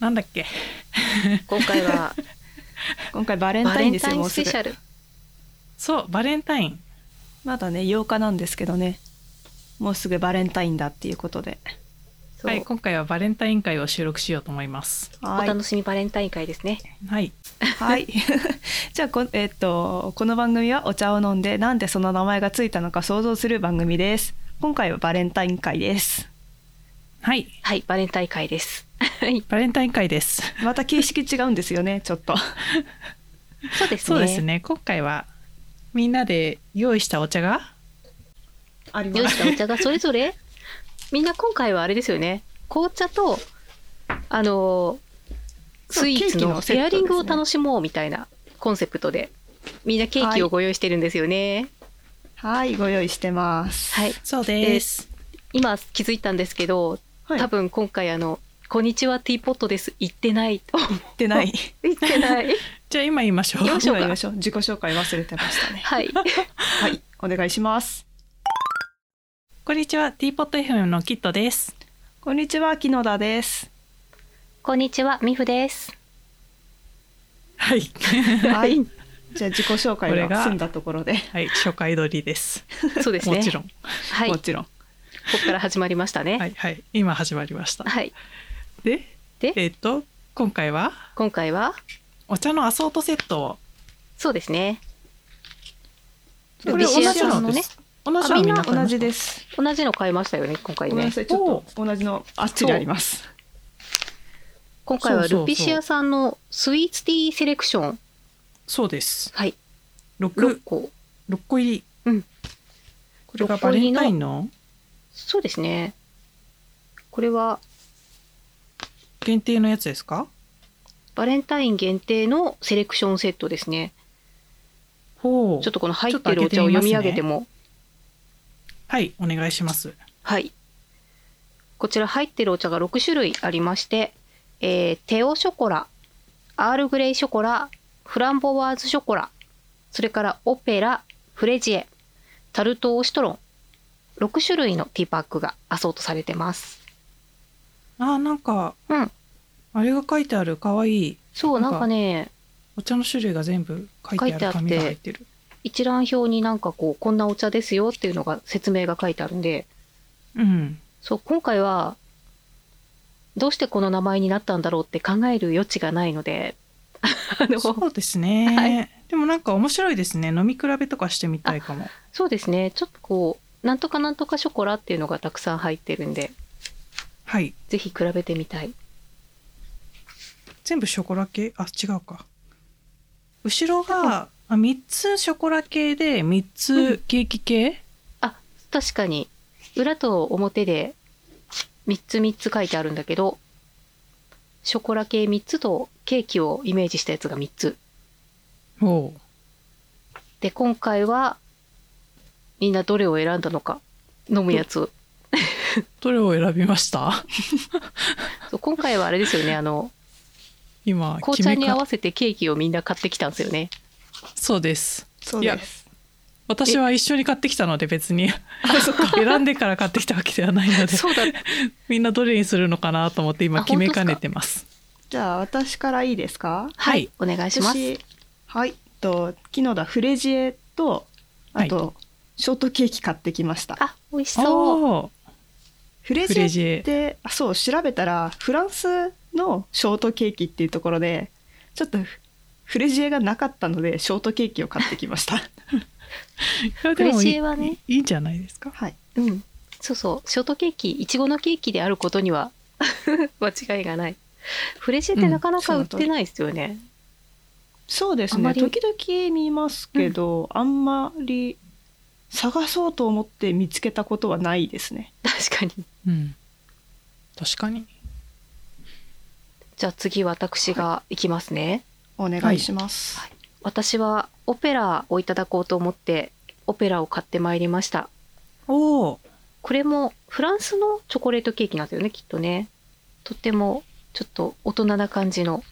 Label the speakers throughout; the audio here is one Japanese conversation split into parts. Speaker 1: なんだっけ
Speaker 2: 今回は
Speaker 3: 今回バレン
Speaker 2: バ
Speaker 3: タ
Speaker 2: レ
Speaker 3: イン
Speaker 2: ン
Speaker 3: です
Speaker 2: タ
Speaker 3: よ
Speaker 2: イ
Speaker 3: も
Speaker 2: ン
Speaker 3: う
Speaker 2: ス
Speaker 3: す
Speaker 2: ペ
Speaker 3: ぐ
Speaker 2: シャル
Speaker 1: そうバレンタイン
Speaker 3: まだね8日なんですけどねもうすぐバレンタインだっていうことで
Speaker 2: そう、
Speaker 1: はい今回はバレンタイン会を収録しようと思います
Speaker 2: お
Speaker 3: はい
Speaker 2: 楽しみバレンタイン会ですね
Speaker 1: はい
Speaker 3: はい、 じゃあこ,、えっとこの番組はお茶を飲んでなんでその名前がついたのか想像する番組です今回はバレンタイン会です
Speaker 1: はい
Speaker 2: はいバレンタイン会ですはい
Speaker 1: バレンタイン会です
Speaker 3: また形式違うんですよね ちょっと
Speaker 2: そうです
Speaker 1: そ
Speaker 2: ね
Speaker 1: うですね今回はみんなで用意したお茶が
Speaker 3: あり
Speaker 2: 用意したお茶がそれぞれみんな今回はあれですよね紅茶とあのー
Speaker 3: そう
Speaker 2: スイーツ
Speaker 3: ケーキ
Speaker 2: の
Speaker 3: のセットですね
Speaker 2: ペアリングを楽しもうみたいなコンセプトでみんなケーキをご用意してるんですよね。
Speaker 3: はいご用意してます
Speaker 2: はい、
Speaker 1: そうです
Speaker 2: 今気づいたんですけど、
Speaker 3: はい
Speaker 2: 多分今回あの「こんにちはティーポットです」言ってないと
Speaker 3: でない
Speaker 2: 言ってない。
Speaker 1: じゃあ今言いましょ う
Speaker 2: よしょうか
Speaker 3: 今言いましょう自己紹介忘れてました ね
Speaker 2: はい、
Speaker 3: はいお願いします
Speaker 1: こんにちはティーポット FM のキットです
Speaker 3: こんにちは木野田です
Speaker 2: こんにちはミフです。
Speaker 1: はい
Speaker 3: はいじゃあ自己紹
Speaker 1: こ
Speaker 3: 介
Speaker 1: れ
Speaker 3: が
Speaker 1: が
Speaker 3: 済んだところで
Speaker 1: はい初回撮りです
Speaker 2: そうですね。
Speaker 1: もちろん
Speaker 2: はい、
Speaker 3: も
Speaker 2: こ
Speaker 3: ちろん
Speaker 2: こから始まりましたね。
Speaker 1: はいはい今始まりました
Speaker 2: はい、
Speaker 1: で
Speaker 2: で
Speaker 1: えっと今回は
Speaker 2: 今回は
Speaker 1: お茶のアソートセットを
Speaker 2: そうですね。
Speaker 3: こ
Speaker 2: ビ
Speaker 3: れ同
Speaker 2: シ
Speaker 3: じ
Speaker 2: エ
Speaker 3: な
Speaker 2: ラさ
Speaker 3: んで
Speaker 2: んのね
Speaker 1: です同じの
Speaker 3: あみん
Speaker 1: みん
Speaker 3: な
Speaker 1: な
Speaker 3: 同じ
Speaker 1: で
Speaker 3: です
Speaker 2: 同じの買いましたよね今回
Speaker 3: ごめんな
Speaker 2: ね
Speaker 3: さいちょっと同じのあっちにあります
Speaker 2: 今回は
Speaker 1: そうそうそう
Speaker 2: ルピシアさんのスイーツティーセレクション
Speaker 1: そうです
Speaker 2: はい6
Speaker 1: 六
Speaker 2: 個
Speaker 1: 六個入り
Speaker 2: うん
Speaker 1: これがバレンタインの
Speaker 2: そうですねこれは
Speaker 1: 限定のやつですか
Speaker 2: バレンタイン限定のセレクションセットですね
Speaker 1: ほう
Speaker 2: ちょっとこの入っ
Speaker 1: ちょ
Speaker 2: て
Speaker 1: っと開
Speaker 2: るお
Speaker 1: けて
Speaker 2: 茶を
Speaker 1: みます
Speaker 2: 読
Speaker 1: ね
Speaker 2: み上げても
Speaker 1: はいお願いします
Speaker 2: はいこちら入ってるお茶が6種類ありまして、えーテオショコラアールグレイショコラフランボワーズショコラそれからオペラフレジエタルトオシトロン6種類のティーパックがアソートされてます
Speaker 1: あーなんか、
Speaker 2: うん
Speaker 1: あれが書いてあるかわいい
Speaker 2: そう
Speaker 1: な
Speaker 2: なんん
Speaker 1: か
Speaker 2: かね
Speaker 1: お茶の種類が全部書いて
Speaker 2: 書い
Speaker 1: あ
Speaker 2: てあっ
Speaker 1: る
Speaker 2: て
Speaker 1: 紙が入ってる
Speaker 2: 一覧表になんかこうこんなお茶ですよっていうのが説明が書いてあるんで
Speaker 1: うん
Speaker 2: そう今回はどうしてこの名前になったんだろうって考える余地がないので あの
Speaker 1: そうですね、
Speaker 2: は
Speaker 1: でもなんか面白いですね飲み比べとかしてみたいかも
Speaker 2: そうですねちょっとこうなんとかなんとかショコラっていうのがたくさん入ってるんで
Speaker 1: はい
Speaker 2: ぜひ比べてみたい
Speaker 1: 全部ショコラ系あ違うか後ろがあ3つショコラ系で3
Speaker 2: う
Speaker 1: つケーキ系、
Speaker 2: あ確かに裏と表で3つ3つ書いてあるんだけどショコラ系3つとケーキをイメージしたやつが3つ
Speaker 1: ほう
Speaker 2: で今回はみんなどれを選んだのか飲むやつを
Speaker 1: どれを選びました
Speaker 2: そう今回はあれですよねあ の
Speaker 1: 今
Speaker 2: 紅
Speaker 1: 決
Speaker 2: 茶
Speaker 1: め
Speaker 2: に合
Speaker 1: か
Speaker 2: わせてケーキをみんな買ってきたんですよね
Speaker 1: そうです
Speaker 3: そうです
Speaker 1: 私は一緒に買ってきたので別に 選んでから買ってきたわけではないので
Speaker 2: そうだ
Speaker 1: みんなどれにするのかなと思って今
Speaker 2: あ
Speaker 1: 決めかねてます
Speaker 3: じゃあ私からいいですか
Speaker 2: はいお願いします
Speaker 3: 私はいと木野田フレジエとあと、ショートケーキ買ってきました
Speaker 2: あ美味しそう
Speaker 1: おー
Speaker 3: フレ
Speaker 1: フ
Speaker 3: ジ
Speaker 1: レ
Speaker 3: エ
Speaker 1: ジ
Speaker 3: っ
Speaker 1: エ
Speaker 3: てあそう調べたらフランスのショートケーキっていうところでちょっとフフレジエがなかったのでショートケーキを買ってきました
Speaker 1: いやでも
Speaker 2: フレジ
Speaker 1: い
Speaker 2: エはね
Speaker 1: いいいんじゃないですか
Speaker 3: はい
Speaker 2: うん、そうそう、ショートケーキ、いちごのケーキであることには 間違いがない。フレシェってなかなか売ってないですよね。
Speaker 3: そうです
Speaker 2: あま
Speaker 3: ね
Speaker 2: り
Speaker 3: 時々見ますけど、あんまり探そうと思って見つけたことはないですね
Speaker 2: 確かに。
Speaker 1: うん確かに
Speaker 2: じゃあ次私がいきますね。
Speaker 3: お願いします、
Speaker 2: は私はオペラをいただこうと思って、オペラを買ってまいりました。
Speaker 1: おお
Speaker 2: これもフランスのチョコレートケーキなんですよね、きっとね。とってもちょっと大人な感じの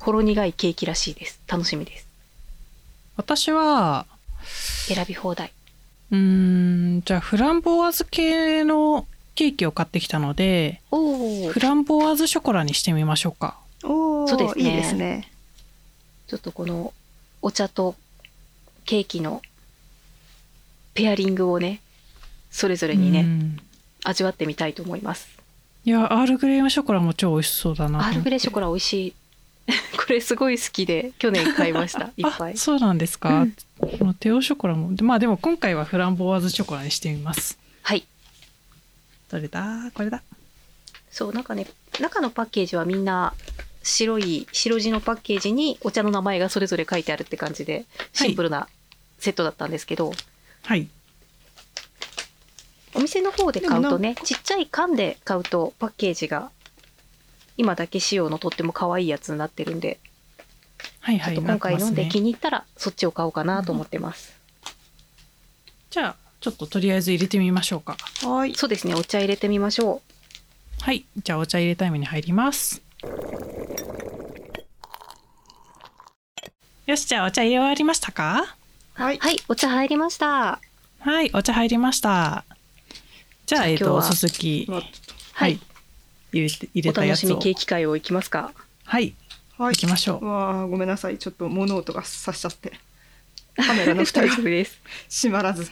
Speaker 2: ほろ苦いケーキらしいです。楽しみです。
Speaker 1: 私は
Speaker 2: 選び放題。
Speaker 1: うーんじゃあフランボワーズ系のケーキを買ってきたので
Speaker 2: おお
Speaker 1: フ。ランボワーズショコラにしてみましょうか
Speaker 3: おお、
Speaker 2: そうですね
Speaker 3: いいですね。
Speaker 2: ちょっとこのお茶とケーキのペアリングをね、それぞれにね、
Speaker 1: うん
Speaker 2: 味わってみたいと思います。
Speaker 1: いやアールグレーのショコラも超美味しそうだな
Speaker 2: アールグレ
Speaker 1: ー
Speaker 2: ーショコラ美味しい。 これすごい好きで去年買い ました。いっぱい
Speaker 1: あ。そうなんですか、
Speaker 2: うん
Speaker 1: このテオショコラもでまあでも今回はフランボワーズショコラにしてみます
Speaker 2: はい。
Speaker 1: どれだこれだ
Speaker 2: そうなんかね、中のパッケージはみんな白い白地のパッケージにお茶の名前がそれぞれ書いてあるって感じでシンプルなセットだったんですけど、
Speaker 1: はい
Speaker 2: お店の方で買うとねちっちゃい缶で買うとパッケージが今だけ仕様のとっても可愛いやつになってるんで、
Speaker 1: はいはい
Speaker 2: ちょっと今回飲んで
Speaker 1: なってますね
Speaker 2: 気に入ったらそっちを買おうかなと思ってます、
Speaker 1: じゃあちょっととりあえず入れてみましょうか
Speaker 3: はい。
Speaker 2: そうですねお茶入れてみましょ
Speaker 1: はいじゃあお茶入れタイムに入りますよしじゃあお茶入れ終わりましたか
Speaker 2: うはい、お茶入りました
Speaker 1: はいお茶入りましたじゃあえっ、
Speaker 2: じゃ
Speaker 1: と
Speaker 2: あ今日は
Speaker 1: 鈴木
Speaker 3: まあ
Speaker 1: はい入れて入
Speaker 2: お
Speaker 1: れたや
Speaker 2: 楽し
Speaker 1: つ
Speaker 2: み
Speaker 1: を
Speaker 2: ケーキ会をいきますか
Speaker 1: はい
Speaker 3: は
Speaker 1: 行きましょう
Speaker 3: わあ、ごめんなさい。ちょっと物音がさしちゃって。カメラの蓋
Speaker 2: 大
Speaker 3: が
Speaker 2: 丈夫 です
Speaker 3: 閉まらず。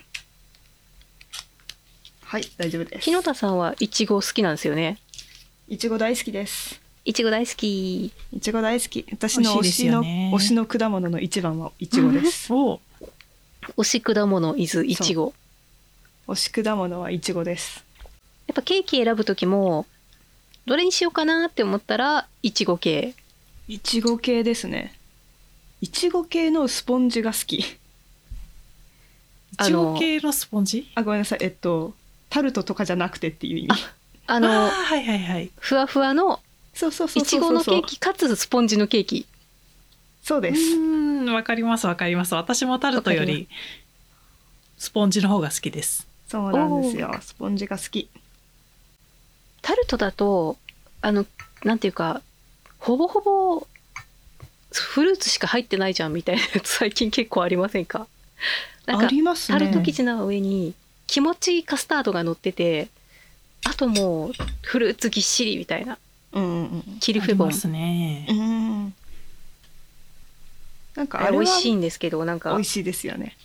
Speaker 3: はい、大丈夫です。
Speaker 2: 日野田さんはいちご好きなんですよね
Speaker 3: いちご大好きです。
Speaker 2: いちご大好き
Speaker 3: いちご大好き。私の
Speaker 1: 美
Speaker 3: 推
Speaker 1: 味しい
Speaker 3: し
Speaker 1: です
Speaker 3: の
Speaker 1: よね
Speaker 3: 推しの果物の一番はいちごです。
Speaker 1: お
Speaker 2: 推し果物伊豆いちご
Speaker 3: 推し果物はいちごです。
Speaker 2: やっぱケーキ選ぶ時もどれにしようかなって思ったらいちご系
Speaker 3: いちご系ですね。いちご系のスポンジが好き。
Speaker 1: い
Speaker 2: あ
Speaker 1: ち
Speaker 2: の
Speaker 1: ご系のスポンジ
Speaker 3: あ、ごめんなさい。えっとタルトとかじゃなくてっていう意味。
Speaker 2: あ
Speaker 1: あ
Speaker 2: の
Speaker 1: はいはいはい
Speaker 2: ふわふわの
Speaker 3: そうそうそう
Speaker 2: い
Speaker 3: そ
Speaker 2: ち
Speaker 3: う
Speaker 2: ご
Speaker 3: そう
Speaker 2: の
Speaker 3: そう。
Speaker 2: ケーキかつスポンジのケーキ
Speaker 3: そう
Speaker 1: う
Speaker 3: です。
Speaker 1: ーんわかりますわかります私もタルトよ
Speaker 2: わかり
Speaker 1: りスポンジの方が好きです
Speaker 3: そうなんですよ
Speaker 2: お。ー
Speaker 3: スポンジが好き。
Speaker 2: タルトだとあのなんていうかほぼほぼフルーツしか入ってないじゃんみたいなやつ 最近結構ありませんかなん
Speaker 3: あ
Speaker 2: か
Speaker 3: ります
Speaker 2: タ
Speaker 3: ね。
Speaker 2: ルト生地の上に気持ちいいカスタードが乗っててあともうフルーツぎっしりみたいな
Speaker 3: うんうん
Speaker 2: キル
Speaker 1: あ
Speaker 2: フェ
Speaker 1: り
Speaker 2: ボン
Speaker 1: ますね
Speaker 3: うん。うん。なんか
Speaker 2: あ
Speaker 3: あ
Speaker 2: れ
Speaker 3: れ
Speaker 2: 美
Speaker 3: は
Speaker 2: 味しいんですけどなん
Speaker 3: 美
Speaker 2: か
Speaker 3: 味しいですよね。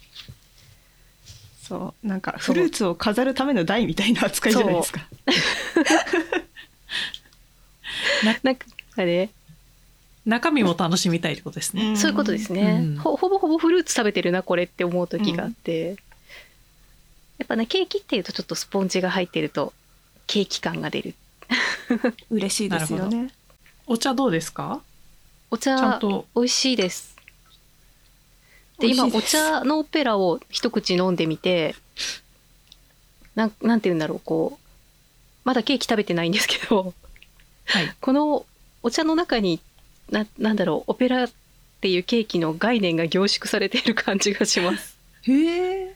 Speaker 3: そうなんかフルーツを飾るための台みたいな扱いじゃないですか。
Speaker 2: なんかあれ
Speaker 1: 中身も楽しみたいってことですね、
Speaker 2: そういうことです
Speaker 3: ね。
Speaker 2: ね、
Speaker 1: うん
Speaker 2: ほほぼほぼフルーツ食べてるなこれって思う時があって、やっぱねケーキっていうとちょっとスポンジが入ってるとケーキ感が出る
Speaker 3: 嬉しいですよ
Speaker 1: な
Speaker 3: ね。
Speaker 1: お茶どうですか
Speaker 2: お
Speaker 1: ちゃ
Speaker 2: 茶
Speaker 1: んと
Speaker 2: 美味しいですで
Speaker 3: 美味
Speaker 2: 今
Speaker 3: しいで
Speaker 2: お
Speaker 3: す
Speaker 2: 茶のオペラを一口飲んでみてなんなんて言うんだろうこうまだケーキ食べてないんですけど
Speaker 1: はい
Speaker 2: このお茶の中にななんだろうオペラっていうケーキの概念が凝縮されている感じがします
Speaker 1: へえ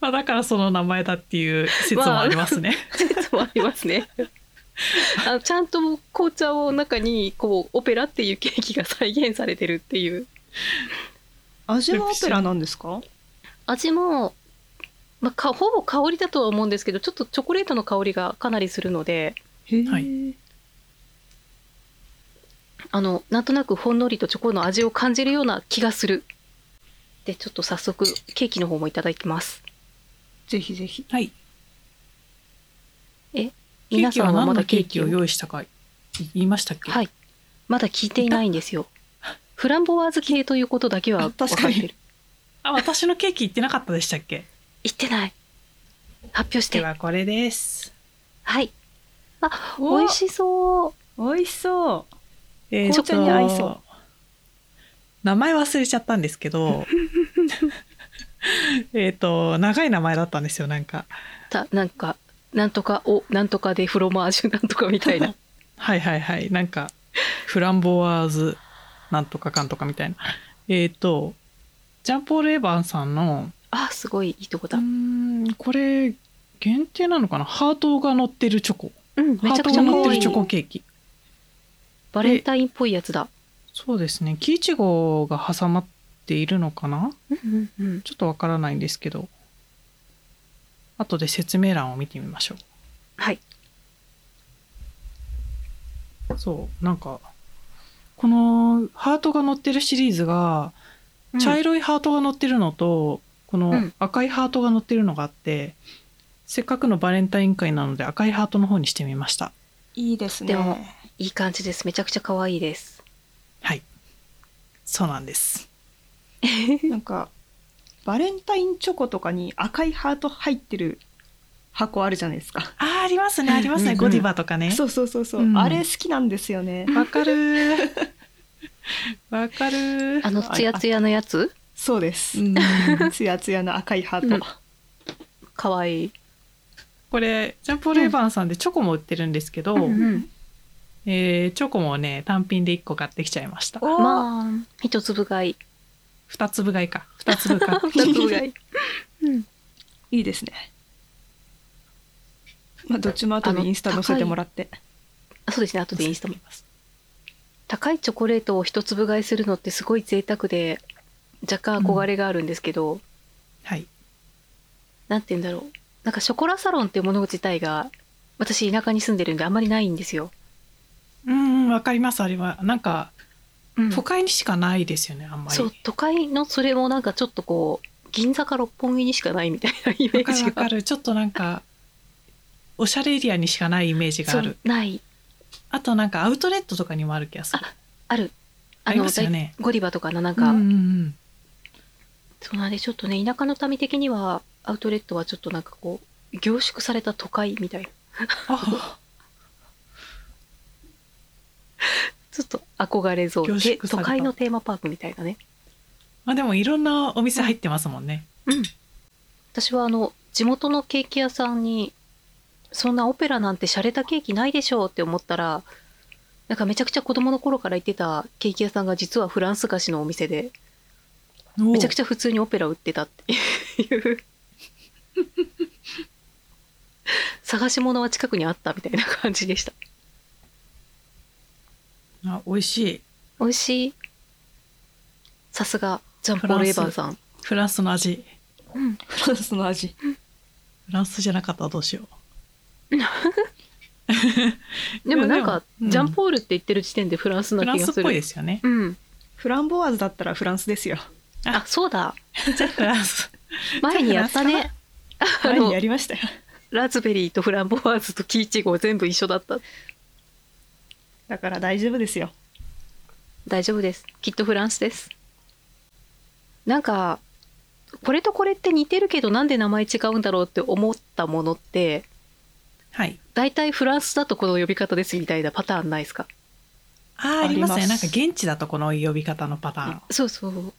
Speaker 1: まあだからその名前だっていう説もあります ね、
Speaker 2: 説もありますね。あのちゃんと紅茶を中にこうオペラっていうケーキが再現されてるっていう
Speaker 3: 味はオペラなんですか？
Speaker 2: 味も、まあ、かほぼ香りだとは思うんですけどちょっとチョコレートの香りがかなりするので
Speaker 3: へえ。
Speaker 1: はい
Speaker 2: あのなんとなくほんのりとチョコの味を感じるような気がするでちょっと早速ケーキの方もいただきます
Speaker 3: ぜひぜひ。
Speaker 1: はいケー
Speaker 2: 皆
Speaker 1: キ
Speaker 2: さ
Speaker 1: は
Speaker 2: んは
Speaker 1: 何
Speaker 2: ま
Speaker 1: の
Speaker 2: だ
Speaker 1: ケ
Speaker 2: ケ
Speaker 1: ー
Speaker 2: ー
Speaker 1: キ
Speaker 2: キ
Speaker 1: を
Speaker 2: を
Speaker 1: 用意したかい言いましたっけ、
Speaker 2: はいまだ聞いていないんですよフランボワーズ系ということだけは
Speaker 3: あ
Speaker 2: 分
Speaker 3: 確
Speaker 2: か
Speaker 3: か
Speaker 2: っ
Speaker 3: に
Speaker 2: てる
Speaker 1: あ私のケーキ言ってなかったでしたっけ
Speaker 2: 言ってない発表し
Speaker 1: で
Speaker 2: て
Speaker 1: はこれです、
Speaker 2: はいあ
Speaker 3: お
Speaker 2: 美味しそう
Speaker 3: 美味しそう。
Speaker 1: え
Speaker 3: 紅茶に合いそう
Speaker 1: ちょっと名前忘れちゃったんですけどえっと長い名前だったんですよなんか
Speaker 2: たなんかなんとかおなんとかでフロマージュなんとかみたいな
Speaker 1: はいはいはいなんかフランボワーズなんとかかんとかみたいなえっ、とジャンポール・エヴァンさんの
Speaker 2: あすごいいいとこ
Speaker 1: う
Speaker 2: だ
Speaker 1: ーんこれ限定なのかなハートが乗ってるチョコ
Speaker 2: うんめ
Speaker 1: ハー
Speaker 2: ちゃ
Speaker 1: ト
Speaker 2: くちゃ
Speaker 1: が乗っ
Speaker 2: 可
Speaker 1: て
Speaker 2: 愛
Speaker 1: る
Speaker 2: い
Speaker 1: チョコケーキ
Speaker 2: バレンタインっぽいやつだ
Speaker 1: そうですねキイチゴが挟まっているのかな
Speaker 2: うんうんうん
Speaker 1: ちょっとわからないんですけど後で説明欄を見てみましょ
Speaker 2: はい。
Speaker 1: うそうなんかこのハートが乗ってるシリーズが茶色いハートが乗ってるのと、こ
Speaker 2: う
Speaker 1: の
Speaker 2: ん
Speaker 1: 赤いハートが乗ってるのがあってせっかくのバレンタイン会なので赤いハートの方にしてみました
Speaker 3: いいです
Speaker 2: でも
Speaker 3: ね
Speaker 2: いい感じです。めちゃくちゃ可愛いです。
Speaker 1: はいそうなんです
Speaker 3: なんかバレンタインチョコとかに赤いハート入ってる箱あるじゃないですか
Speaker 1: あーありますねありますね
Speaker 2: うんうん
Speaker 1: ゴディバとかね
Speaker 3: そうそうそうそう、
Speaker 1: うん
Speaker 3: あれ好きなんですよね
Speaker 1: わかるー わかるー
Speaker 2: あのツヤツヤのやつ
Speaker 3: そうです、
Speaker 1: うん
Speaker 3: ツヤツヤの赤いハート、
Speaker 2: うん可愛い。
Speaker 1: これジャンポール・エヴァンさんでチョコも売ってるんですけど、
Speaker 2: うんうん
Speaker 1: えーチョコもね単品で1個買ってきちゃいました
Speaker 3: おー
Speaker 2: まあ一粒買い。
Speaker 1: 2粒買いか2粒買 って
Speaker 2: 二粒買い。うん
Speaker 3: いいですねまあどっちも後でインスタ載せてもらって
Speaker 2: あそうですね。後でインスタも。
Speaker 1: ます
Speaker 2: 高いチョコレートを一粒買いするのってすごい贅沢で若干憧れがあるんですけど、
Speaker 1: はい
Speaker 2: なんて言うんだろうなんかショコラサロンっていうもの自体が私田舎に住んでるんであんまりないんですよ。
Speaker 1: うんうんわかりますあれはなんか
Speaker 2: うん
Speaker 1: 都会にしかないですよねあんまり
Speaker 2: そう都会のそれもなんかちょっとこう銀座か六本木にしかないみたいなイメ
Speaker 1: わ
Speaker 2: ー
Speaker 1: か
Speaker 2: ジ
Speaker 1: る
Speaker 2: が
Speaker 1: わかるちょっとなんかおしゃれエリアにしかないイメージが
Speaker 2: そ
Speaker 1: あ
Speaker 2: う
Speaker 1: る
Speaker 2: ない
Speaker 1: あとなんかアウトレットとかにもある気がする
Speaker 2: ある
Speaker 1: ありますよね
Speaker 2: だいゴディバとかの
Speaker 1: う
Speaker 2: なん
Speaker 1: ん
Speaker 2: か、
Speaker 1: うんうん
Speaker 2: そうなんでちょっとね田舎の民的にはアウトレットはちょっとなんかこう凝縮された都会みたいな
Speaker 1: あ
Speaker 2: ちょっと憧れ像
Speaker 1: 凝縮
Speaker 2: で
Speaker 1: された
Speaker 2: 都会のテーマパークみたいなね
Speaker 1: まあでもいろんなお店入ってますもんね
Speaker 2: 私はあの地元のケーキ屋さんにそんなオペラなんて洒落たケーキないでしょうって思ったらなんかめちゃくちゃ子供の頃から行ってたケーキ屋さんが実はフランス菓子のお店でめちゃく
Speaker 1: ゃ
Speaker 2: ちゃ普通にオペラ売ってたっていう探し物は近くにあったみたいな感じでした
Speaker 1: あ美味しい
Speaker 2: 美味しいさすがジャンポール・エヴァンさん、
Speaker 1: フランスの味
Speaker 2: うん、
Speaker 3: フラ ンスの味
Speaker 1: フランスじゃなかったらどうしよ
Speaker 2: でもなん
Speaker 1: いやで、
Speaker 2: か
Speaker 1: もうん
Speaker 2: ジャンポールって言ってる時点でフランス
Speaker 1: うフ
Speaker 2: な
Speaker 1: ラン
Speaker 2: 気が
Speaker 1: ス
Speaker 2: す
Speaker 1: っ
Speaker 2: る
Speaker 1: ぽいですよね
Speaker 2: うん
Speaker 3: フランボワーズだったらフランスです よ
Speaker 2: あそうだ
Speaker 1: フランス
Speaker 2: 前にやったねあ
Speaker 3: 前に
Speaker 2: の
Speaker 3: やりましたよ
Speaker 2: ラズベリーとフランボワーズとキイチゴは全部一緒だった
Speaker 3: だから大丈夫ですよ
Speaker 2: 大丈夫ですきっとフランスですなんかこれとこれって似てるけどなんで名前違うんだろうって思ったものって
Speaker 1: はい
Speaker 2: 大体フランスだとこの呼び方ですみたいなパターンないですか
Speaker 1: あー
Speaker 3: あ
Speaker 1: あり
Speaker 3: り
Speaker 1: ま
Speaker 3: ますす
Speaker 1: ねなんか現地だとこの呼び方のパターン
Speaker 2: そうそう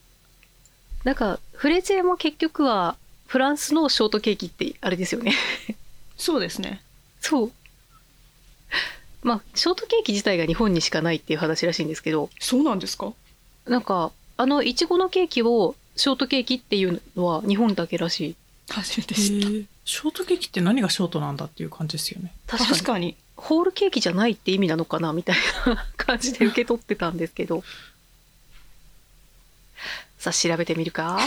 Speaker 2: なんかフレゼも結局はフランスのショートケーキってあれですよね
Speaker 3: そうですね
Speaker 2: そうまあショートケーキ自体が日本にしかないっていう話らしいんですけど
Speaker 3: そうなんですか
Speaker 2: なんかあのいちごのケーキをショートケーキっていうのは日本だけらしい
Speaker 3: 初めて
Speaker 1: へ
Speaker 3: 知った
Speaker 1: ーショートケーキって何がショートなんだっていう感じですよね
Speaker 2: 確かに
Speaker 3: 確かに
Speaker 2: ホールケーキじゃないって意味なのかなみたいな感じで受け取ってたんですけどさあ調べてみる か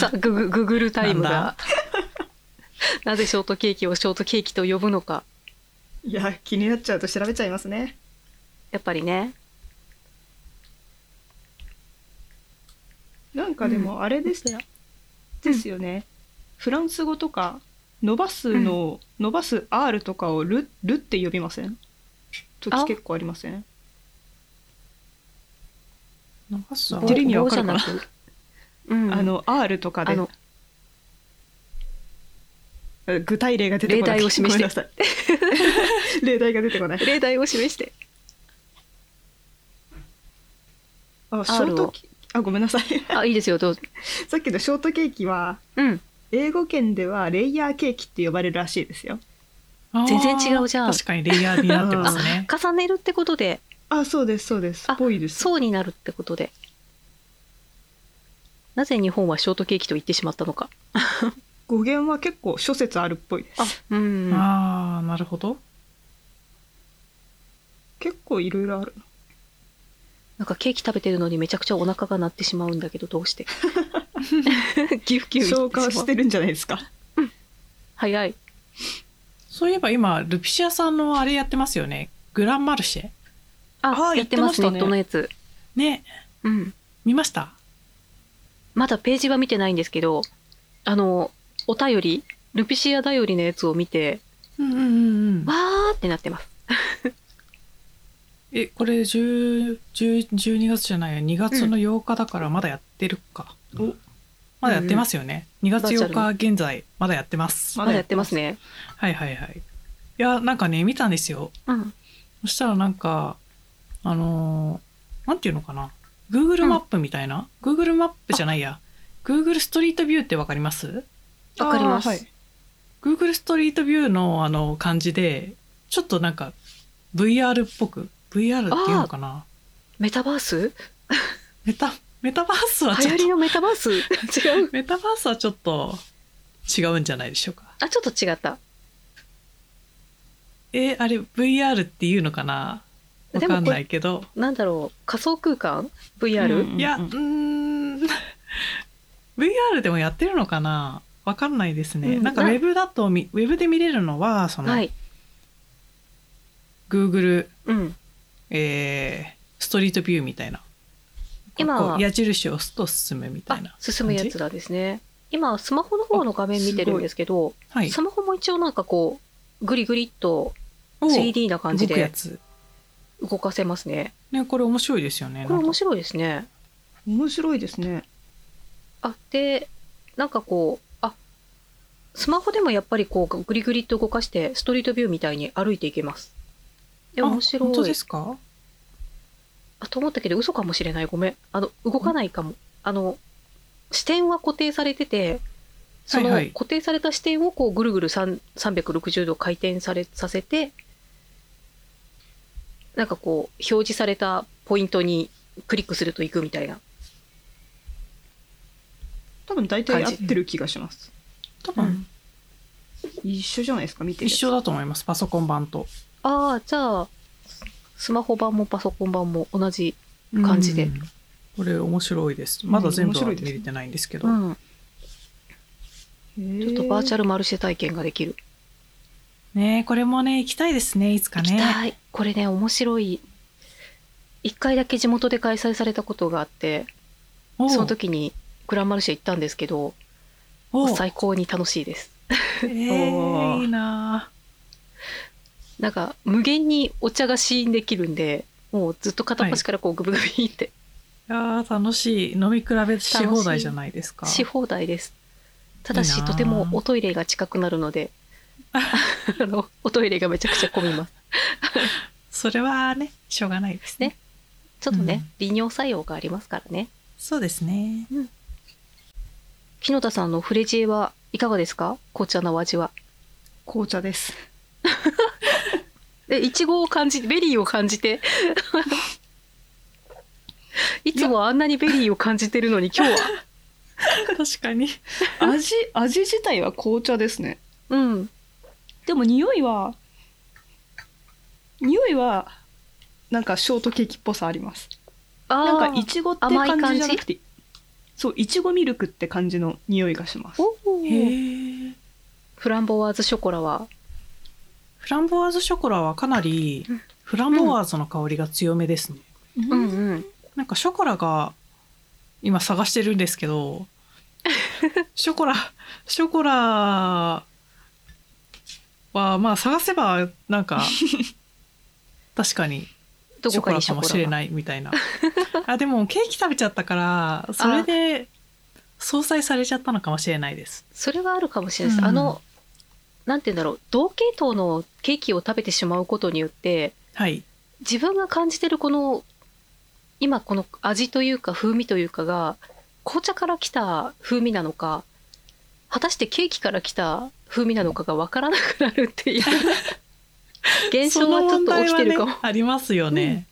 Speaker 2: さあググググルタイム
Speaker 1: なんだ
Speaker 2: がなぜショートケーキをショートケーキと呼ぶのか
Speaker 3: いや気になっちゃうと調べちゃいますね
Speaker 2: やっぱりね
Speaker 3: なんかでもあれですね、ですよね、フランス語とか伸ばすのを、伸ばす R とかをルルって呼びません
Speaker 2: あ
Speaker 3: 時結構ありません
Speaker 1: なんかさ
Speaker 3: 言ってる意味わかるかな
Speaker 2: 棒じゃなくうん、
Speaker 3: あの R とか
Speaker 2: あ
Speaker 3: で
Speaker 2: の
Speaker 3: 具体例が出てこない
Speaker 2: 例題を示して
Speaker 3: ごめんなさ い例題が出てこない
Speaker 2: 例題を示して
Speaker 3: あショー
Speaker 2: R
Speaker 3: ト
Speaker 2: を
Speaker 3: ケあごめんなさい
Speaker 2: あいいですよどうぞ
Speaker 3: さっきのショートケーキは
Speaker 2: うん
Speaker 3: 英語圏ではレイヤーケーキって呼ばれるらしいですよ
Speaker 1: あー
Speaker 2: 全然違うじゃん
Speaker 1: 確かにレイヤーになってますね
Speaker 2: 重ねるってことで
Speaker 3: あそうですそうです
Speaker 2: あ
Speaker 3: ぽいです
Speaker 2: 層になるってことでなぜ日本はショートケーキと言ってしまったのか
Speaker 3: 語源は結構諸説あるっぽいです
Speaker 2: あうん
Speaker 1: ああなるほど
Speaker 3: 結構いろいろある
Speaker 2: なんかケーキ食べてるのにめちゃくちゃお腹が鳴ってしまうんだけどどうしてギュウギュウ言ってしまう
Speaker 3: 消化してるんじゃないですか
Speaker 2: 早い。
Speaker 1: そういえば今ルピシアさんのあれやってますよねグランマルシェ
Speaker 2: あ、
Speaker 3: あ
Speaker 2: やってますね、
Speaker 3: 言ってましたね
Speaker 2: ネットのやつ。
Speaker 1: ね
Speaker 2: うん。
Speaker 1: 見ました
Speaker 2: まだページは見てないんですけど、あの、お便り、ルピシア頼りのやつを見て、
Speaker 1: うんうんうんうん
Speaker 2: わーってなってます。
Speaker 1: えこれ10 10 12月じゃないや2月の8日だからまだやってるか、
Speaker 3: お
Speaker 1: まだやってますよね、2月
Speaker 2: バーチャ
Speaker 1: 8日現在まだやってます
Speaker 3: ま
Speaker 2: まだ
Speaker 3: だや
Speaker 2: や
Speaker 3: っ
Speaker 2: ってて
Speaker 3: ま
Speaker 2: ますすね。
Speaker 1: はいはいはいいやなんかね見たんですよ
Speaker 2: うん。
Speaker 1: そしたらなんかあのーなんていうのかな Google マップみたいな、Google マップじゃないや Google ストリートビューってわかります
Speaker 2: わかります
Speaker 3: あーはい
Speaker 1: Google ストリートビューのあの感じでちょっとなんか VR っぽく VR っていうのかな
Speaker 2: メタバース
Speaker 1: メタメタバースは
Speaker 2: 流
Speaker 1: ちょ
Speaker 2: 行
Speaker 1: っ
Speaker 2: り
Speaker 1: と
Speaker 2: のメタバース違う。
Speaker 1: メタバースはちょっと違うんじゃないでしょうか
Speaker 2: あ、ちょっと違った。
Speaker 1: えーあれ VR っていうのかなわかんないけど、
Speaker 2: なんだろう、仮想空間
Speaker 3: う
Speaker 2: ?VR?、
Speaker 3: ん
Speaker 1: いやうーん VR でもやってるのかなわかんないですね、
Speaker 3: うん
Speaker 1: なんかウ
Speaker 2: な
Speaker 1: ェブだとみウェブで見れるのはその、
Speaker 2: はい。
Speaker 1: Google、
Speaker 2: うん。
Speaker 1: えーストリートビューみたいな
Speaker 2: 今は
Speaker 1: こう矢印を押すと進むみた
Speaker 2: あ
Speaker 1: いな、
Speaker 2: 進むやつだですね。今、スマホの方の画面見てるんですけど、
Speaker 1: はい
Speaker 2: スマホも一応なんかこう、ぐりぐりっと
Speaker 1: お
Speaker 2: 3D な感じ
Speaker 1: 動くや
Speaker 2: で
Speaker 1: つ
Speaker 2: 動かせますね。
Speaker 1: ねこれ面白いですよね
Speaker 2: これ面
Speaker 1: なんか
Speaker 2: 白いですね。
Speaker 3: 面白いですね
Speaker 2: あでなんかこうあスマホでもやっぱりこうグリグリと動かしてストリートビューみたいに歩いていけます。え
Speaker 1: あ
Speaker 2: 面白
Speaker 1: 本当で
Speaker 2: い
Speaker 1: すか
Speaker 2: あと思ったけど嘘かもしれないごめんあの動かないかもあの視点は固定されててその
Speaker 1: はいはい
Speaker 2: 固定された視点をこうぐるぐる3 360度回転されさせてなんかこう表示されたポイントにクリックすると行くみたいな
Speaker 3: 多分大体合ってる気がします
Speaker 1: 多分、
Speaker 2: うん
Speaker 3: 一緒じゃないですか見てる
Speaker 1: 一緒だと思いますパソコン版と
Speaker 2: ああじゃあススマホ版もパソコン版も同じ感じで
Speaker 1: うんこれ面白いですまだ全部は
Speaker 3: うん面白い
Speaker 1: 見
Speaker 3: です
Speaker 1: れてないんですけど、
Speaker 2: うん、
Speaker 3: ち
Speaker 2: ちょ
Speaker 3: ょ
Speaker 2: っとバーチャ
Speaker 3: ル
Speaker 2: ルマルシェ体験ができる。
Speaker 1: ねこれもね行きたいですねいつか
Speaker 2: 行
Speaker 1: ね
Speaker 2: きたい。これね、面白い。一回だけ地元で開催されたことがあって、
Speaker 1: おう
Speaker 2: その時にグランマルシェ行ったんですけど、
Speaker 1: おう
Speaker 2: 最高に楽しいです。
Speaker 1: えー、いいな
Speaker 2: なんか、無限にお茶が試飲できるんで、もうずっと片っ端からこうグビグビって、
Speaker 1: いやー楽しい飲み比べし放題じゃないですか
Speaker 2: し放題です。ただ
Speaker 1: いい
Speaker 2: し、
Speaker 1: なあ
Speaker 2: とてもおトイレが近くなるの で、あの、おトイレがめちゃくちゃ混みます。
Speaker 1: それはねしょうがないですね
Speaker 2: ねちょっとね、
Speaker 1: う
Speaker 2: 利尿作用がありますからね。
Speaker 1: そうですね
Speaker 2: 木野田さんのフレジエはいかがですか紅茶のお味は。
Speaker 3: 紅茶です
Speaker 2: え、いちごを感じ、ベリーを感 じて。いつもあんなにベリーを感じてるのに今日 は。
Speaker 1: 確かに
Speaker 3: 味味自体は紅茶ですね
Speaker 2: うん。
Speaker 3: でも匂いは匂いはなんかショートケーキっぽさあります
Speaker 2: あー
Speaker 3: なんかいちごって
Speaker 2: 甘い
Speaker 3: 感
Speaker 2: 感じ
Speaker 3: じじゃなくてそういちごミルクって感じの匂いがします
Speaker 2: お
Speaker 1: へ
Speaker 2: ー
Speaker 1: ー
Speaker 2: フランボワーズショコラは。
Speaker 1: フランボワーズショコラはかなり
Speaker 2: うん
Speaker 1: フランボワーズの香りが強めですね、
Speaker 3: うん
Speaker 2: うんうん。
Speaker 1: なんかショコラが今探してるんですけ どショコラショコラはまあ探せばなんか確かに
Speaker 2: ど
Speaker 1: シ
Speaker 2: こ
Speaker 1: ョコ
Speaker 2: か
Speaker 1: ラ
Speaker 2: にシ
Speaker 1: か
Speaker 2: ョ
Speaker 1: も
Speaker 2: コラ
Speaker 1: しれないみたいなあでもケーキ食べちゃったからそれで相殺されちゃったのかもしれないです
Speaker 2: それはあるかもしれないです。
Speaker 1: うん
Speaker 2: あの、なんて言うんだろう。同系統のケーキを食べてしまうことによって、
Speaker 1: はい
Speaker 2: 自分が感じてるこの今この味というか風味というかが紅茶から来た風味なのか果たしてケーキから来た風味なのかが分からなくな るっていう現象はちょっと起きてる
Speaker 1: その問題
Speaker 2: かも、
Speaker 1: はねありますよね、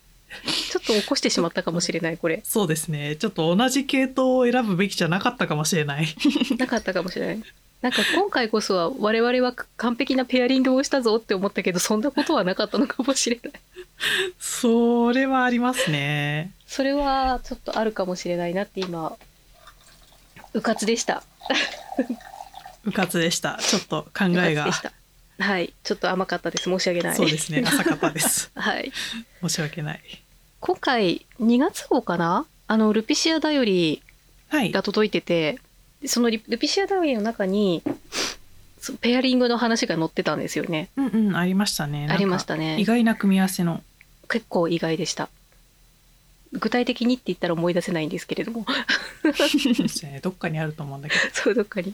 Speaker 2: ちょっと起こしてしまったかもしれないこれ
Speaker 1: そうですねちょっと同じ系統を選ぶべきじゃなかったかもしれない
Speaker 2: なかったかもしれないなんか今回こそは我々は完璧なペアリングをしたぞって思ったけどそんなことはなかったのかもしれない
Speaker 1: それはありますね
Speaker 2: それはちょっとあるかもしれないなって今うかつでした
Speaker 1: 部活でしたちょっと考え
Speaker 2: 部活
Speaker 1: が
Speaker 2: でしたはいちょっと甘かったです申し訳ない
Speaker 1: そうですね浅かった です
Speaker 2: はい
Speaker 1: 申し訳ない
Speaker 2: 今回2月号かなあのルピシアだより
Speaker 1: はい
Speaker 2: が届いててでそのリルピシアダウリの中にそのペアリングの話が載ってたんですよね
Speaker 1: うんうんありましたねなんか
Speaker 2: ありました
Speaker 1: 意
Speaker 2: ね
Speaker 1: 外な組み合わせの
Speaker 2: 結構意外でした具体的にって言ったら思い出せないんですけれども
Speaker 1: ですねどっかにあると思うんだけど
Speaker 2: そうどっかに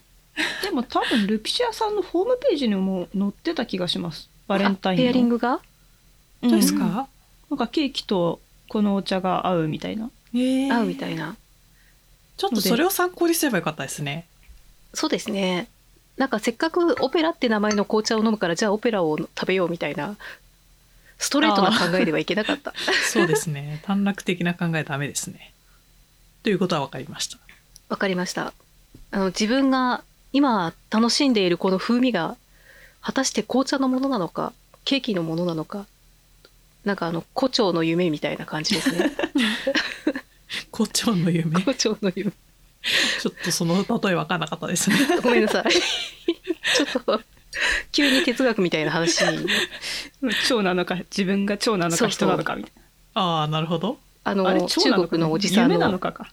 Speaker 3: でも多分ルピシアさんのホームページにも載ってた気がしますバレンタイン
Speaker 2: あ
Speaker 3: の
Speaker 2: ペアリングが
Speaker 3: うん
Speaker 1: どうですか、
Speaker 3: なんかケーキとこのお茶が合うみたいな
Speaker 1: えー
Speaker 2: 合うみたいな
Speaker 1: ちょっとそれを参考にすればよかったですね
Speaker 2: そうですねなんかせっかくオペラって名前の紅茶を飲むからじゃあオペラを食べようみたいなストレートな考えではいけなかった
Speaker 1: そうですね短絡的な考えダメですねということは分かりました
Speaker 2: わかりましたあの自分が今楽しんでいるこの風味が果たして紅茶のものなのかケーキのものなのかなんかあの胡蝶の夢みたいな感じですね
Speaker 1: 胡蝶の夢ちょ
Speaker 2: 胡蝶の夢
Speaker 1: っとその例え分かんなかったです ね
Speaker 2: ごめんなさいちょっと急に哲学みたいな話
Speaker 3: 蝶なのか自分が蝶なの
Speaker 2: そ
Speaker 3: か
Speaker 2: うそう
Speaker 3: 人なのかみたいな
Speaker 1: ああなるほど
Speaker 2: あの
Speaker 3: あれ蝶
Speaker 2: 中
Speaker 3: なのか
Speaker 2: 国のおじさん
Speaker 3: 夢な
Speaker 2: の
Speaker 3: のかか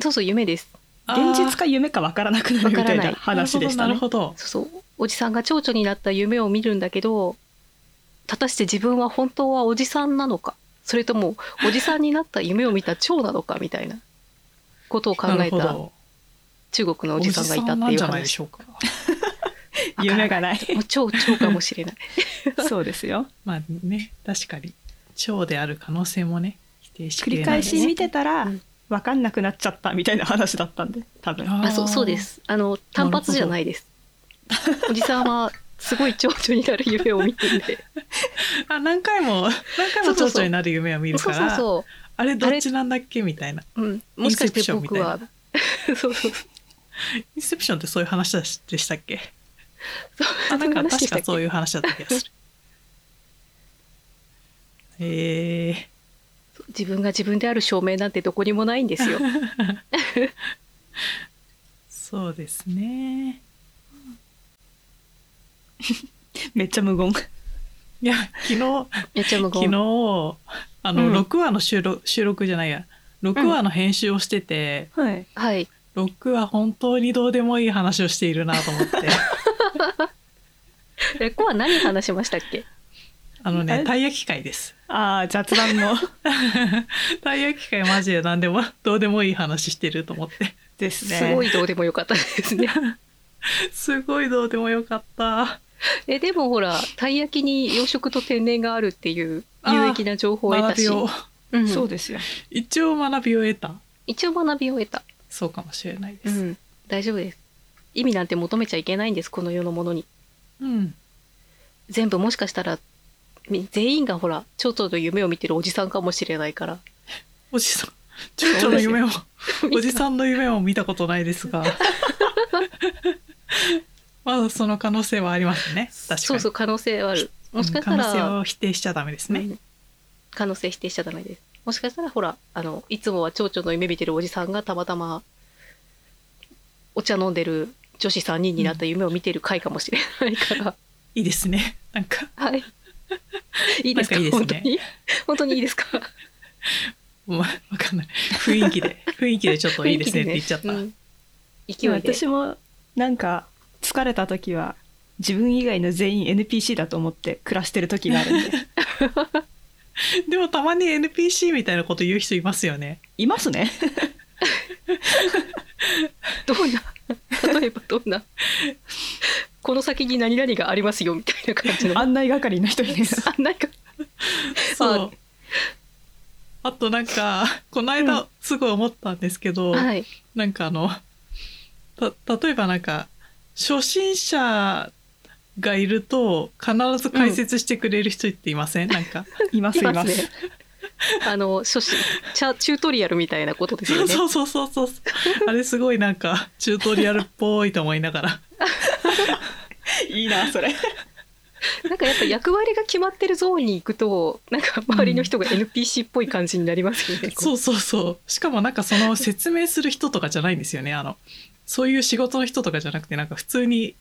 Speaker 2: そうそう夢です
Speaker 1: あー
Speaker 3: 現実か夢かわからなくなるみたいな話でした
Speaker 1: な
Speaker 3: ね
Speaker 1: るほど
Speaker 2: そうそうおじさんが蝶々になった夢を見るんだけど果たして自分は本当はおじさんなのかそれともおじさんになった夢を見た蝶なのかみたいなことを考
Speaker 1: なる
Speaker 2: え
Speaker 1: ほど
Speaker 2: た中国のおじさんがいたって
Speaker 1: お
Speaker 2: い
Speaker 1: じ
Speaker 2: う
Speaker 1: さんなんじゃないで
Speaker 2: 話
Speaker 1: しょうか
Speaker 3: 夢がない
Speaker 2: もう蝶蝶かもしれない
Speaker 3: そうですよ
Speaker 1: まあね確かに蝶である可能性もね否定しき
Speaker 3: 繰り
Speaker 1: れない
Speaker 3: 返
Speaker 1: ですね
Speaker 3: し見てたら
Speaker 2: うん
Speaker 3: わかんなくなっちゃったみたいな話だったんで多分
Speaker 1: あー
Speaker 2: あそうそうですあの単発じゃないですおじさんはすごい蝶々になる夢を見ていて
Speaker 1: あ何回も何回も
Speaker 2: そうそう
Speaker 1: 蝶
Speaker 2: そう
Speaker 1: 々になる夢を見る
Speaker 2: そ
Speaker 1: か
Speaker 2: う
Speaker 1: ら
Speaker 2: そうそ
Speaker 1: あれどっちなんだっけみたいな
Speaker 2: う、うん、もしか
Speaker 1: イ
Speaker 2: し
Speaker 1: ンセプシ
Speaker 2: て
Speaker 1: ョンみた
Speaker 2: 僕
Speaker 1: いな
Speaker 2: はそうそう
Speaker 1: インセプションってそういう話でしたっ け
Speaker 2: そう
Speaker 1: あなんか
Speaker 2: 話で
Speaker 1: 確
Speaker 2: した
Speaker 1: か
Speaker 2: っけ
Speaker 1: そういう話だった気がす るえー、
Speaker 2: 自分が自分である証明なんてどこにも ないんですよ
Speaker 1: そうですね
Speaker 3: めっちゃ無言
Speaker 1: いや昨日
Speaker 2: めっちゃ無
Speaker 1: 昨
Speaker 2: 言
Speaker 1: 日あの、
Speaker 2: うん
Speaker 1: 6話の収録収録じゃないや6話の編集をしてて、
Speaker 3: はい
Speaker 2: はい
Speaker 1: 6話本当にどうでもいい話をしているなと思って
Speaker 2: レコは何話しましたっけ
Speaker 1: あの
Speaker 3: あ
Speaker 1: ね
Speaker 3: れ
Speaker 1: たい焼き会です
Speaker 3: ああ雑談の
Speaker 1: たい焼き会マジで何でもどうでもいい話してると思って
Speaker 3: ですね
Speaker 2: すごいどうでもよかったです ね
Speaker 1: すごいどうでもよかった
Speaker 2: えでもほらたい焼きに養殖と天然があるっていう
Speaker 1: あー
Speaker 2: 有益な情報を得た
Speaker 1: 学
Speaker 2: し
Speaker 1: びを
Speaker 2: うん
Speaker 3: そうですよ
Speaker 1: 一応学びを得た
Speaker 2: 一応学びを得た、
Speaker 1: そうかもしれないで
Speaker 2: う
Speaker 1: す、
Speaker 2: ん、大丈夫です意味なんて求めちゃいけないんですこの世のものに
Speaker 1: うん、
Speaker 2: 全部もしかしたらみ全員がほら蝶々の夢を見てるおじさんかもしれないから
Speaker 1: おじさん蝶々の夢もおじさんの夢も見たことないです がまだその可能性はありますね確かに
Speaker 2: そうそう可能性はあるもしかした
Speaker 1: うん
Speaker 2: ら
Speaker 1: 可能性を否定しちゃダメですね、
Speaker 2: うん可能性否定しちゃダメですもしかしたらほらあのいつもは蝶々の夢見てるおじさんがたまたまお茶飲んでる女子3人になった夢を見てる回かもしれないから、
Speaker 1: いいですねなんか
Speaker 2: はいいいですか
Speaker 1: なんかいい
Speaker 2: 本
Speaker 1: ですね
Speaker 2: 当に本当にいいですか
Speaker 1: わわかんない雰囲気 で雰囲気でちょっといいですねって言っちゃった、
Speaker 2: うん勢いで
Speaker 3: 私もなんか疲れた時は自分以外の全員 NPC だと思って暮らしてる時があるんで
Speaker 1: でもたまに NPC みたいなこと言う人いますよね
Speaker 3: いますね
Speaker 2: どんな 例えばどん なこの先に何々がありますよみたいな感じのあ
Speaker 3: 案内係の人にね
Speaker 2: なんか
Speaker 1: そうあとなんかこの
Speaker 2: う
Speaker 1: 間すごい思ったんですけど、
Speaker 2: はい
Speaker 1: なんかあのた例えばなんか初心者がいると必ず解説してくれる人っていません、なんか
Speaker 3: いますい
Speaker 2: いま
Speaker 3: ます
Speaker 2: すね。あの初心チャチュートリアルみたいなことですよね。
Speaker 1: そうそうそうそうあれすごいなんかチュートリアルっぽいと思いながら
Speaker 3: いいなそれ
Speaker 2: なんかやっぱ役割が決まってるゾーンに行くとなんか周りの人が NPC っぽい感じになりますよね。こう
Speaker 1: そうそうそうしかもなんかその説明する人とかじゃないんですよねあのそういう仕事の人とかじゃなくてなんか普通に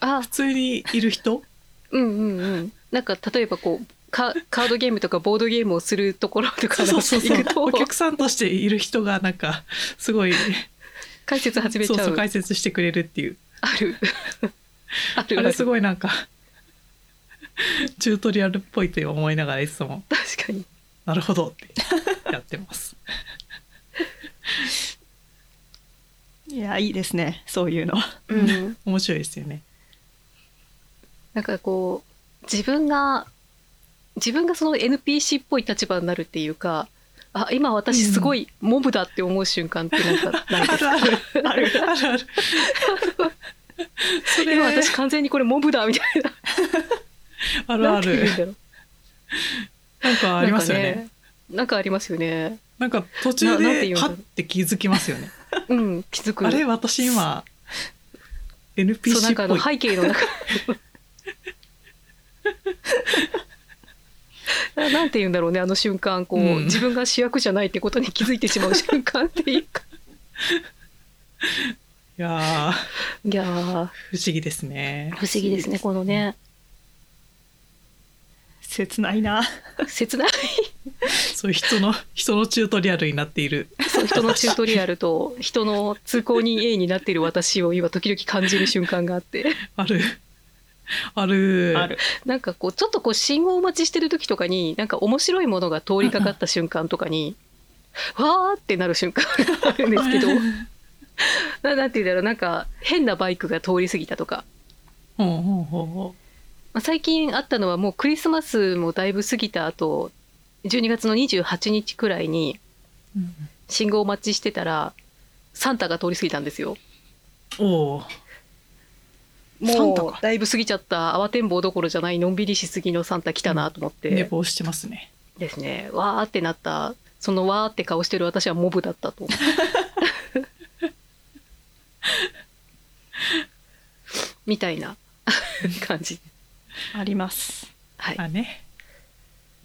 Speaker 2: あ
Speaker 1: 普通にいる人
Speaker 2: うんうんうん。なんか例えばこうカカードゲームとかボードゲームをするところとか
Speaker 1: そう
Speaker 2: なん
Speaker 1: そう
Speaker 2: か
Speaker 1: そう
Speaker 2: 行くと
Speaker 1: お客さんとしている人がなんかすごい
Speaker 2: 解説始めちゃう
Speaker 1: そうそう解説してくれるっていう
Speaker 2: あるある
Speaker 1: あ
Speaker 2: あ
Speaker 1: れ
Speaker 2: る
Speaker 1: すごいなんかチュートリアルっぽいと思いながらいつも
Speaker 2: 確かに
Speaker 1: なるほどってやってます。
Speaker 3: いやいいですねそういうのは
Speaker 2: うん
Speaker 1: 面白いですよね。
Speaker 2: なんかこう自分が自分がその NPC っぽい立場になるっていうかあ今私すごいモブだって思う瞬間ってなんかない
Speaker 1: あ
Speaker 2: で
Speaker 1: る
Speaker 2: す
Speaker 1: あるあるあるある。それ
Speaker 2: 今
Speaker 1: は
Speaker 2: 私完全にこれモブだみたいな
Speaker 1: あるあ
Speaker 2: なんて言
Speaker 1: る
Speaker 2: うんだろう
Speaker 1: なんかありますよ
Speaker 2: なんか
Speaker 1: ね。
Speaker 2: なんかありますよね
Speaker 1: なんか途中
Speaker 2: ななんて
Speaker 1: で
Speaker 2: 言うんだ
Speaker 1: は
Speaker 2: ろ
Speaker 1: っ
Speaker 2: う
Speaker 1: て気づきますよね。
Speaker 2: うん気づく
Speaker 1: あれ私今
Speaker 2: そうなん
Speaker 1: NPC
Speaker 2: かあ
Speaker 1: っぽ
Speaker 2: の
Speaker 1: い。
Speaker 2: 背景の中ななんて言うんだろうねあの瞬間こう、
Speaker 1: うん
Speaker 2: 自分が主役じゃないってことに気づいてしまう瞬間っていう か
Speaker 1: いやー
Speaker 2: いやー
Speaker 1: 不思議ですね。
Speaker 2: 不思議ですねこのね
Speaker 3: 切ないな
Speaker 2: 切ない
Speaker 1: そういう人の人のチュートリアルになっている。
Speaker 2: そう人のチュートリアルと人の通行人 A になっている私を今時々感じる瞬間があって
Speaker 1: あるある
Speaker 3: ある
Speaker 2: なんかこうちょっとこう信号待ちしてる時とかになんか面白いものが通りかかった瞬間とかにわーってなる瞬間があるんで すけどななんて言うんだろうなんか変なバイクが通り過ぎたとか、
Speaker 1: ほうほうほうほ
Speaker 2: まあ、最近あったのはもうクリスマスもだいぶ過ぎた後12月の28日くらいに
Speaker 1: う。うん
Speaker 2: 信号待ちしてたらサンタが通り過ぎたんですよ。
Speaker 1: おお。サンタ
Speaker 2: もう
Speaker 1: か
Speaker 2: だいぶ過ぎちゃった慌てんぼうどころじゃないのんびりしすぎのサンタ来たなと思って、
Speaker 1: 寝坊してますね。
Speaker 2: ですねわーってなったそのわーって顔してる私はモブだっ たとみたいな感じ
Speaker 3: あります
Speaker 2: はい
Speaker 1: あね。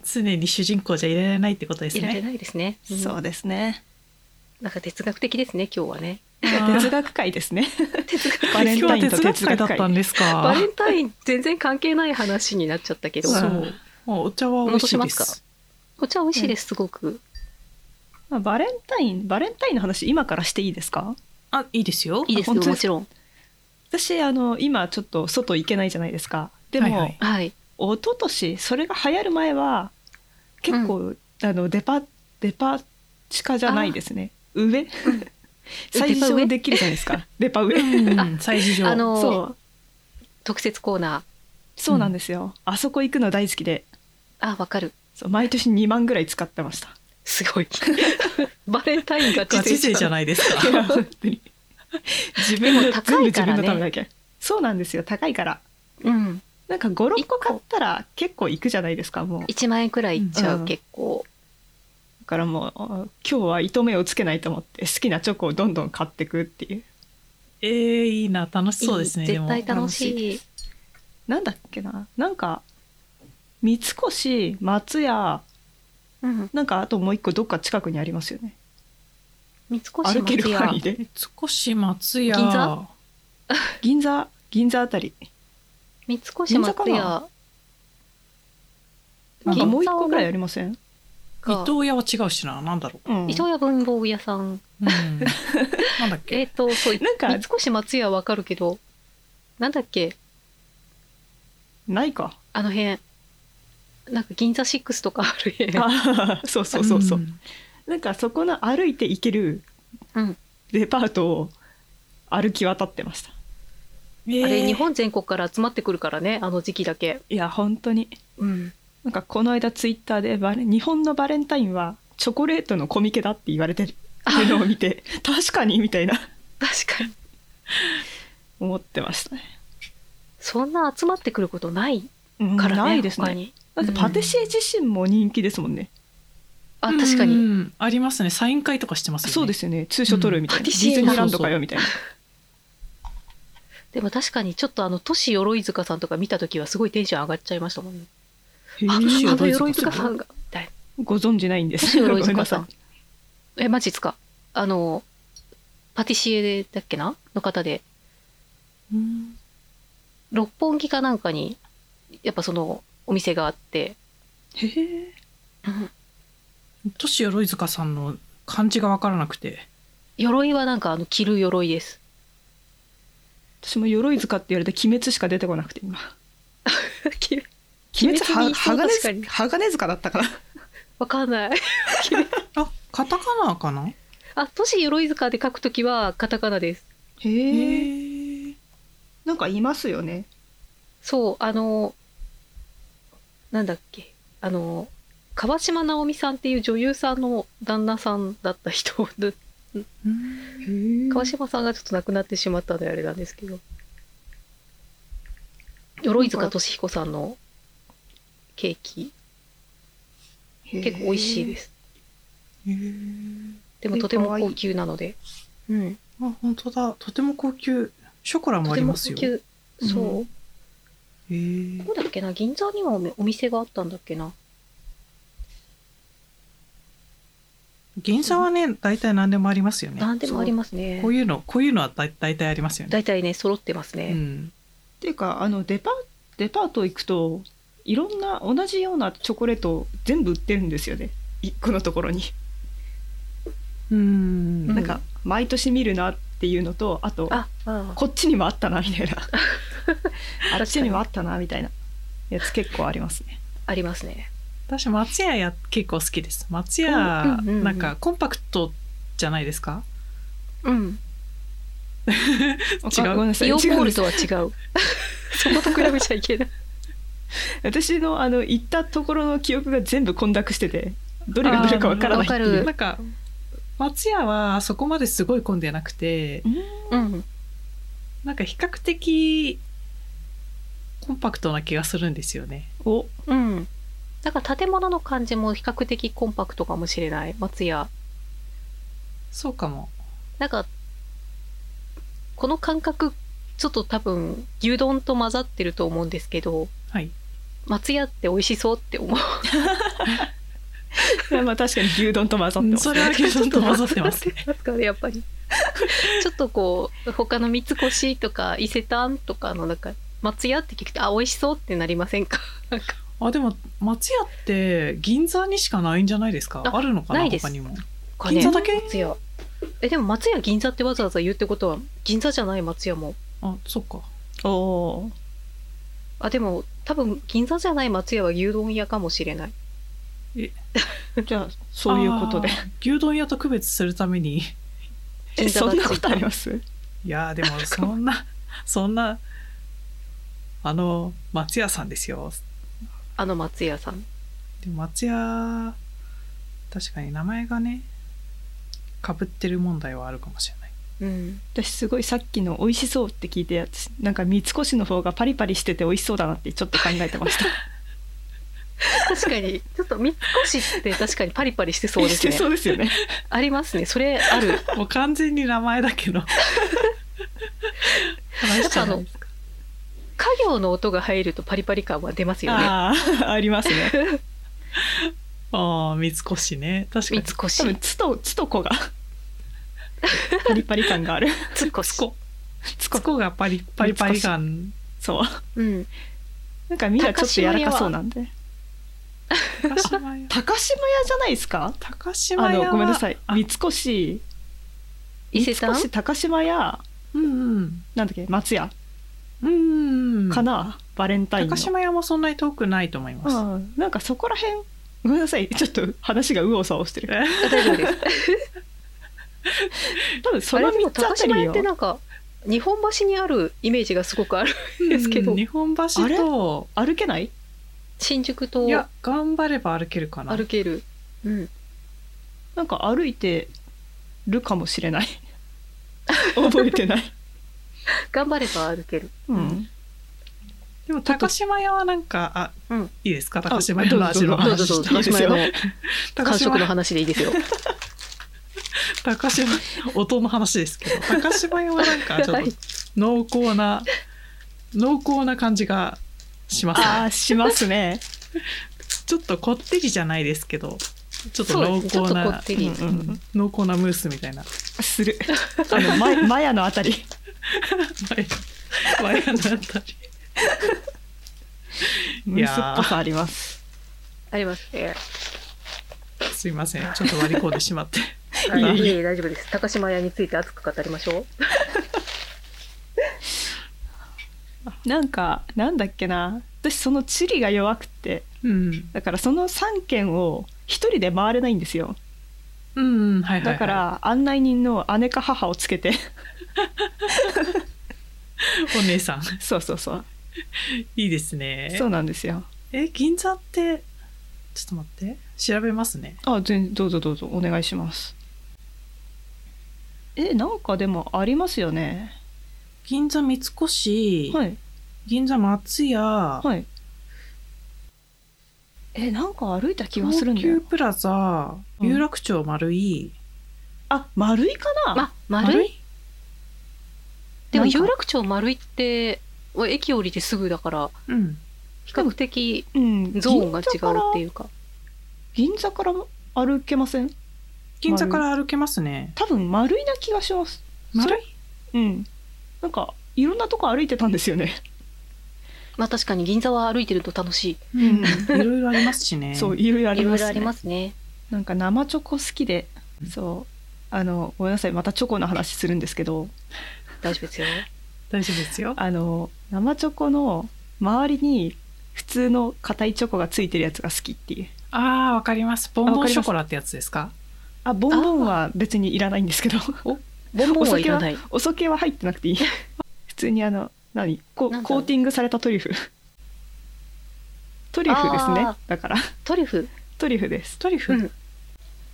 Speaker 1: 常に主人公じゃいられないってことです
Speaker 2: いられ
Speaker 1: ね。
Speaker 2: ないですね、うん
Speaker 3: そうですね
Speaker 2: なんか哲学的ですね今日はね
Speaker 3: 哲学会ですね バレン
Speaker 1: 今
Speaker 3: タイ
Speaker 1: 日
Speaker 3: ン
Speaker 1: は
Speaker 3: と
Speaker 1: 哲
Speaker 3: 哲
Speaker 1: 学会だっ
Speaker 3: 学会
Speaker 1: たんです か
Speaker 2: バレ。ンタイン全然関係ない話になっちゃったけど
Speaker 1: そう。もうお茶は美味しいで
Speaker 2: 戻します
Speaker 1: す。
Speaker 2: お茶美味しいですすごく
Speaker 3: まあバレンタインバレンタインの話今からしていいですか
Speaker 1: あ、いいですよ。
Speaker 2: いいです
Speaker 3: あ
Speaker 2: よ
Speaker 3: 本当
Speaker 2: も
Speaker 3: です
Speaker 2: ちろん
Speaker 3: 私あの今ちょっと外行けないじゃないですかでも、
Speaker 1: はいはい
Speaker 2: はい
Speaker 3: 一昨年それが流行る前は結構、あのデパデパ地下じゃないですね 上最
Speaker 2: デパ上
Speaker 3: 上できるじゃないですかデパ上
Speaker 1: うん、最事情。
Speaker 2: あの
Speaker 3: そう
Speaker 2: 特設コーナ
Speaker 3: そうなんですよ、あそこ行くの大好きで
Speaker 2: ーあわかる
Speaker 3: そう毎年2万ぐらい使ってました
Speaker 2: すごい バレンタインが
Speaker 1: ガチ勢じゃ
Speaker 2: い
Speaker 1: ないですか
Speaker 3: い。や本当に自分
Speaker 2: で
Speaker 3: の
Speaker 2: も
Speaker 3: 全
Speaker 2: 高
Speaker 3: 部
Speaker 2: い
Speaker 3: 自
Speaker 2: からね
Speaker 3: 分のためだけそうなんですよ高いから
Speaker 2: うん
Speaker 3: なんか56個買ったら結構行くじゃないですかもうだ
Speaker 2: 1万円くらいいっちゃう、
Speaker 3: うん
Speaker 2: 結構
Speaker 3: からもうあ今日は糸目をつけないと思って好きなチョコをどんどん買ってくっていう
Speaker 1: えー、いいな、楽しそうですね。
Speaker 2: いい
Speaker 1: でも
Speaker 2: 絶対楽しい
Speaker 3: なんだっけななんか三越松屋
Speaker 2: うん、
Speaker 3: なんかあともう一個どっか近くにありますよね
Speaker 2: 三越
Speaker 3: 歩け
Speaker 2: 松
Speaker 3: る
Speaker 2: 屋
Speaker 3: 範囲で
Speaker 1: 少し松屋。
Speaker 2: 銀座
Speaker 3: 銀座銀座あたり
Speaker 2: 三越松屋
Speaker 3: なんかもう一個ぐらいあ
Speaker 2: 銀
Speaker 3: りません
Speaker 2: 座
Speaker 1: 伊
Speaker 2: が
Speaker 1: 藤屋は違うしな、なんだろう。
Speaker 3: うん
Speaker 2: 伊藤屋文房具屋さん
Speaker 1: うん、なんだっ
Speaker 2: え
Speaker 1: け。
Speaker 2: っ、とそう
Speaker 3: なんか
Speaker 2: 三越松屋わかるけどなんだっけ
Speaker 3: ないか
Speaker 2: あの辺なんか銀座6とかある辺
Speaker 3: あ そうそうそうそう、
Speaker 1: ん
Speaker 3: なんかそこの歩いて行ける
Speaker 2: うん
Speaker 3: デパートを歩き渡ってました
Speaker 1: えー
Speaker 2: あれ日本全国から集まってくるからねあの時期だけ
Speaker 3: いや本当に
Speaker 2: うん
Speaker 3: なんかこの間ツイッターでバレ日本のバレンタインはチョコレートのコミケだって言われてるっていうのを見て確かにみたいな
Speaker 2: 確かに
Speaker 3: 思ってましたね
Speaker 2: そんな集まってくることない
Speaker 3: うん
Speaker 2: からね
Speaker 3: ないです
Speaker 2: 他
Speaker 3: ね
Speaker 2: に
Speaker 3: だってパティシエ自身も人気ですもんね、
Speaker 2: あ確かに、
Speaker 1: うんありますね。サイン会とかしてますよね。
Speaker 3: そうですよね通所取るみたいな、
Speaker 2: うん
Speaker 3: ディズニーランドかよみたいな
Speaker 2: でも確かにちょっとあの都市鎧塚さんとか見た時はすごいテンション上がっちゃいましたもんね。
Speaker 1: へー
Speaker 2: ああ
Speaker 3: 年
Speaker 2: の
Speaker 3: 鎧塚
Speaker 2: 鎧塚さんがみたいな。
Speaker 3: ご存知ないんで
Speaker 2: 年
Speaker 3: す。
Speaker 2: 鎧
Speaker 3: ごめ
Speaker 2: 塚
Speaker 3: な
Speaker 2: さん。えマジですかあのパティシエだっけなの方で
Speaker 3: い。うん
Speaker 2: 六本木かなんかにやっぱそのお店があって、
Speaker 3: へえ。
Speaker 1: トシ鎧塚さんの漢字が分からなくて
Speaker 2: 鎧はなんかあの着る鎧 です。
Speaker 3: 私も鎧塚って言われて鬼滅しか出てこなくて今。
Speaker 2: 鬼滅に
Speaker 3: は鋼
Speaker 2: 確かに
Speaker 3: 塚鋼塚だったから。
Speaker 2: わかんない。
Speaker 1: あカタカナかな
Speaker 2: あ都市鎧塚で書くときはカタカナです。
Speaker 1: へ
Speaker 3: へえ。
Speaker 1: ー
Speaker 3: なんかいますよね。。
Speaker 2: そうあのなんだっけあの川島直美さんっていう女優さんの旦那さんだった人で
Speaker 1: うん
Speaker 2: 川島さんがちょっと亡くなってしまったのであれなんですけど鎧塚俊彦さんのケーキ結構美味しいですす
Speaker 1: へー
Speaker 2: でも
Speaker 3: え
Speaker 2: とても
Speaker 3: かわいい
Speaker 2: 高級なのでうん
Speaker 1: あ本当だとても高級ショコラも
Speaker 2: と
Speaker 1: あ
Speaker 2: て
Speaker 1: りま
Speaker 2: も高
Speaker 1: すよ
Speaker 2: 級そう、
Speaker 3: う
Speaker 1: へー
Speaker 2: どこだっけな銀座にもお店があったんだっけな
Speaker 1: 銀座はね大体何でもありますよね
Speaker 2: 何でもあります
Speaker 1: そう
Speaker 2: ね
Speaker 1: こういうのこういうのは大大体ありますよね
Speaker 2: 大体ね揃ってますね、
Speaker 1: うん
Speaker 3: っていうかあのデパデパート行くといろんな同じようなチョコレート全部売ってるんですよね。いこのところに。
Speaker 1: うん
Speaker 3: なんか毎年見るなっていうのとあと
Speaker 2: ああ
Speaker 3: こっちにもあったなみた いなあっちにもあったなみたいなやつ結構ありま すね。
Speaker 2: ありますね
Speaker 1: 私松屋や結構好きです松屋、
Speaker 2: うんうんうんうん
Speaker 1: なんかコンパクトじゃないですか
Speaker 2: うん
Speaker 1: 違う
Speaker 3: あごめんなさい
Speaker 2: イオンモ
Speaker 3: 違
Speaker 2: ー
Speaker 3: うんで
Speaker 2: ル
Speaker 3: す
Speaker 2: とは違う。そこと比べちゃいけない。
Speaker 3: 私のあの行ったところの記憶が全部混濁しててどれがどれかわからないって
Speaker 2: あー
Speaker 3: い
Speaker 2: わ
Speaker 3: う
Speaker 1: なんか松屋はそこまですごい混んでなくて
Speaker 2: うん。
Speaker 1: なんか比較的コンパクトな気がするんですよね。
Speaker 3: お
Speaker 2: うん。だから建物の感じも比較的コンパクトかもしれない。松屋。
Speaker 1: そうかも。
Speaker 2: なんか、この感覚、ちょっと多分、牛丼と混ざってると思うんですけど、
Speaker 1: はい。
Speaker 2: 松屋って美味しそうって思う。
Speaker 3: いや まあ確かに牛丼と混ざってます
Speaker 1: それは牛丼と混ざってます ね。
Speaker 2: ますからね、やっぱり。ちょっとこう、他の三越とか伊勢丹とかの中、松屋って聞くと、あ、美味しそうってなりませんかなんか
Speaker 1: あでも松屋って銀座にしかないんじゃないですか。
Speaker 2: あ
Speaker 1: あるのかな
Speaker 2: ないです
Speaker 1: 他にも。
Speaker 2: これね
Speaker 1: 銀座だけ？
Speaker 2: 松屋えでも松屋銀座ってわざわざ言うってことは銀座じゃない松屋も
Speaker 1: あそっか。
Speaker 3: おお
Speaker 2: あでも多分銀座じゃない松屋は牛丼屋かもしれない
Speaker 3: ーじゃあそういうことで
Speaker 1: あー。牛丼屋と区別するために
Speaker 2: 銀
Speaker 3: え
Speaker 2: 座
Speaker 3: そ
Speaker 2: が
Speaker 3: ん
Speaker 2: つい
Speaker 3: なことあります
Speaker 1: いやーでもそん なそんなあの松屋さんですよ。
Speaker 2: あの松屋さん
Speaker 1: でも松屋確かに名前がねかぶってる問題はあるかもしれない。
Speaker 2: う ん
Speaker 3: 私すごいさっきの「美味しそう」って聞いて私なんか三越の方がパリパリしてて美味しそうだなってちょっと考えてました
Speaker 2: 確かにちょっと三越って確かにパリパリしてそうで
Speaker 3: し
Speaker 2: す
Speaker 3: て
Speaker 2: ね
Speaker 3: そうですよね
Speaker 2: ありますねそれある
Speaker 1: もう完全に名前だ けど話しちゃうんですか
Speaker 2: 家業の音が入るとパリパリ感は出ますよね
Speaker 3: ああありますね
Speaker 1: ああ三越ね確か
Speaker 2: 三
Speaker 1: に
Speaker 2: 越
Speaker 3: 多分つとつとこがパリパリ感が ある
Speaker 2: つこ
Speaker 1: つこつこがパリパリパリ感
Speaker 3: そう
Speaker 2: うん
Speaker 3: なんかみんなちょっと柔らかそうなんで
Speaker 1: 高島屋
Speaker 3: 高島屋じゃないですか
Speaker 1: 高島
Speaker 3: あ
Speaker 1: 屋
Speaker 3: の
Speaker 1: は
Speaker 3: ごめんなさい
Speaker 1: あ
Speaker 3: 三越
Speaker 2: 伊勢丹
Speaker 3: 三越高島屋
Speaker 1: うんうん
Speaker 3: なんだっけ松屋
Speaker 1: うんうん
Speaker 3: かな、バレンタインの
Speaker 1: 高島屋もそんなに遠くないと思います、
Speaker 3: うんなんかそこら辺ごめんなさいちょっと話が右往左往してる
Speaker 2: あ大丈夫です
Speaker 3: 多分そ
Speaker 2: あ
Speaker 3: の
Speaker 2: れで
Speaker 3: 3
Speaker 2: も
Speaker 3: つあ
Speaker 2: 高
Speaker 3: た
Speaker 2: 島
Speaker 3: り
Speaker 2: 屋
Speaker 3: よ
Speaker 2: ってなんか日本橋にあるイメージがすごくある
Speaker 1: うん
Speaker 2: ですけど
Speaker 1: 日本橋
Speaker 3: あれ
Speaker 1: と
Speaker 3: 歩けない
Speaker 2: 新宿
Speaker 1: い
Speaker 2: と
Speaker 1: や頑張れば歩けるかな
Speaker 2: 歩ける、うん、
Speaker 3: なんか歩いてるかもしれない 覚えてない、
Speaker 2: 頑張れば歩ける
Speaker 3: うん、
Speaker 1: でも高島屋はなんかあ、
Speaker 2: うん
Speaker 1: いいですか高島屋の味の
Speaker 3: あ
Speaker 2: どう
Speaker 1: 話
Speaker 2: ぞどうぞ
Speaker 1: していいで
Speaker 2: 高島
Speaker 1: す
Speaker 2: 屋
Speaker 1: よ
Speaker 2: の
Speaker 1: 高
Speaker 2: 感
Speaker 1: 島
Speaker 2: 触の
Speaker 1: 屋
Speaker 2: 話でいいですよ
Speaker 1: 高島音の話ですけど高島屋はなんかちょっと濃厚な濃厚な感じがしますね
Speaker 3: あーしますね。
Speaker 1: ちょっとこってりじゃないですけどちょっと
Speaker 2: そう
Speaker 1: 濃
Speaker 2: ですちょっ
Speaker 1: 厚
Speaker 2: とこ
Speaker 1: な
Speaker 2: って
Speaker 3: うん
Speaker 2: り、
Speaker 3: うんうん
Speaker 1: 濃厚なムースみたいな
Speaker 3: する。あのママヤのあたり。
Speaker 1: マヤのあたり
Speaker 3: ム
Speaker 1: い
Speaker 3: ー
Speaker 1: や
Speaker 3: ス
Speaker 1: ー
Speaker 3: っぽさあります。
Speaker 2: ありますね。
Speaker 1: すいませんちょっと割り込んでしまって
Speaker 2: はい
Speaker 1: いえいえ
Speaker 2: いえいえ大丈夫です。高島屋について熱く語りましょう。
Speaker 3: なんかなんだっけな。私その地理が弱くて、
Speaker 1: うん
Speaker 3: だからその三軒を一人で回れないんですよ。
Speaker 1: うんうんはいはい、はい、
Speaker 3: だから案内人の姉か母をつけて、
Speaker 1: お姉 さん
Speaker 3: そうそうそう。
Speaker 1: いいですね
Speaker 3: そうなんですよ。
Speaker 1: え銀座ってちょっと待って調べますね
Speaker 3: あ、全どうぞどうぞお願いします。え、なんかでもありますよね。
Speaker 1: 銀座三越、
Speaker 3: はい
Speaker 1: 銀座松屋、
Speaker 3: はい。え、なんか歩いた気がするん
Speaker 1: 東
Speaker 3: だよ
Speaker 1: 急。プラザ
Speaker 3: うん
Speaker 1: 有楽町丸い、
Speaker 3: あ、丸いかな。
Speaker 2: ま、丸いでも
Speaker 3: なんか
Speaker 2: 有楽町丸いって駅降りてすぐだから
Speaker 1: うん
Speaker 2: 比較的
Speaker 3: うん、。
Speaker 2: ゾーンが違うっていううか
Speaker 3: 銀座から歩けません。
Speaker 1: 銀座から歩けますね
Speaker 3: 多分丸いな気がします。そ
Speaker 1: 丸
Speaker 3: れ
Speaker 1: い
Speaker 3: うん。なんかいろんなとこ歩いてたんですよね。
Speaker 2: まあ確かに銀座は歩いてると楽し
Speaker 1: うんんいろいろありますしね
Speaker 3: そう、いろいろあ
Speaker 2: いい
Speaker 3: り
Speaker 2: ろ
Speaker 3: ま
Speaker 2: い
Speaker 3: す、
Speaker 2: ろ
Speaker 3: ね。
Speaker 2: ありますね
Speaker 3: なんか生チョコ好きで、そう。あのごめんなさいまたチョコの話するんですけど
Speaker 2: 大丈夫ですよ
Speaker 1: 大丈夫ですよ
Speaker 3: あの生チョコの周りに普通の硬いチョコがついてるやつが好きっていう
Speaker 1: あーわかりますボン
Speaker 3: わ
Speaker 1: ボ
Speaker 3: か
Speaker 1: ン
Speaker 3: り
Speaker 1: シ
Speaker 3: ま
Speaker 1: ョ
Speaker 3: す
Speaker 1: コラってやつですか
Speaker 3: あボンボンは別にいらないんですけど
Speaker 2: ボンボンはいらない
Speaker 3: お酒は入ってなくていい普通にあの何こ
Speaker 2: なんだ
Speaker 3: コーティングされたトリュフトリュフです
Speaker 2: あ
Speaker 3: ね
Speaker 2: ー
Speaker 3: だから
Speaker 2: トリュフ
Speaker 3: トリュフです
Speaker 1: トリュフ、
Speaker 2: うん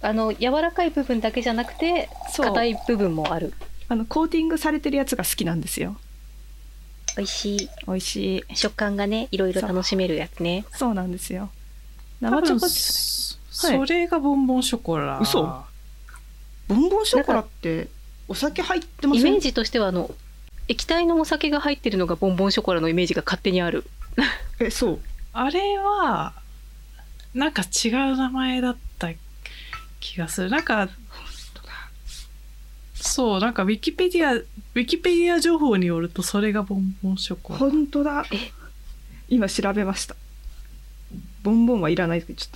Speaker 2: あの柔らかい部分だけじゃなくて
Speaker 3: そう
Speaker 2: 硬い部分もある
Speaker 3: あのコーティングされてるやつが好きなんですよ
Speaker 2: 美味しい
Speaker 3: 美味しい
Speaker 2: 食感がねいろいろ楽しめるやつね
Speaker 3: そうなんですよ
Speaker 1: 多
Speaker 3: 生チョ
Speaker 1: 分
Speaker 3: コ
Speaker 1: そ
Speaker 3: はい
Speaker 1: それがボンボンショコラ
Speaker 3: 嘘ボンボンショコラってお酒入ってま
Speaker 2: イ
Speaker 3: せん
Speaker 2: メージとしてはあの液体のお酒が入ってるのがボンボンショコラのイメージが勝手にある
Speaker 3: えそう
Speaker 1: あれはなんか違う名前だった気がするなんかそうなんかウィキペディアウィキペディア情報によるとそれがボンボンショコラ
Speaker 3: 本当だ
Speaker 2: え
Speaker 3: 今調べましたボンボンはいらないって言っち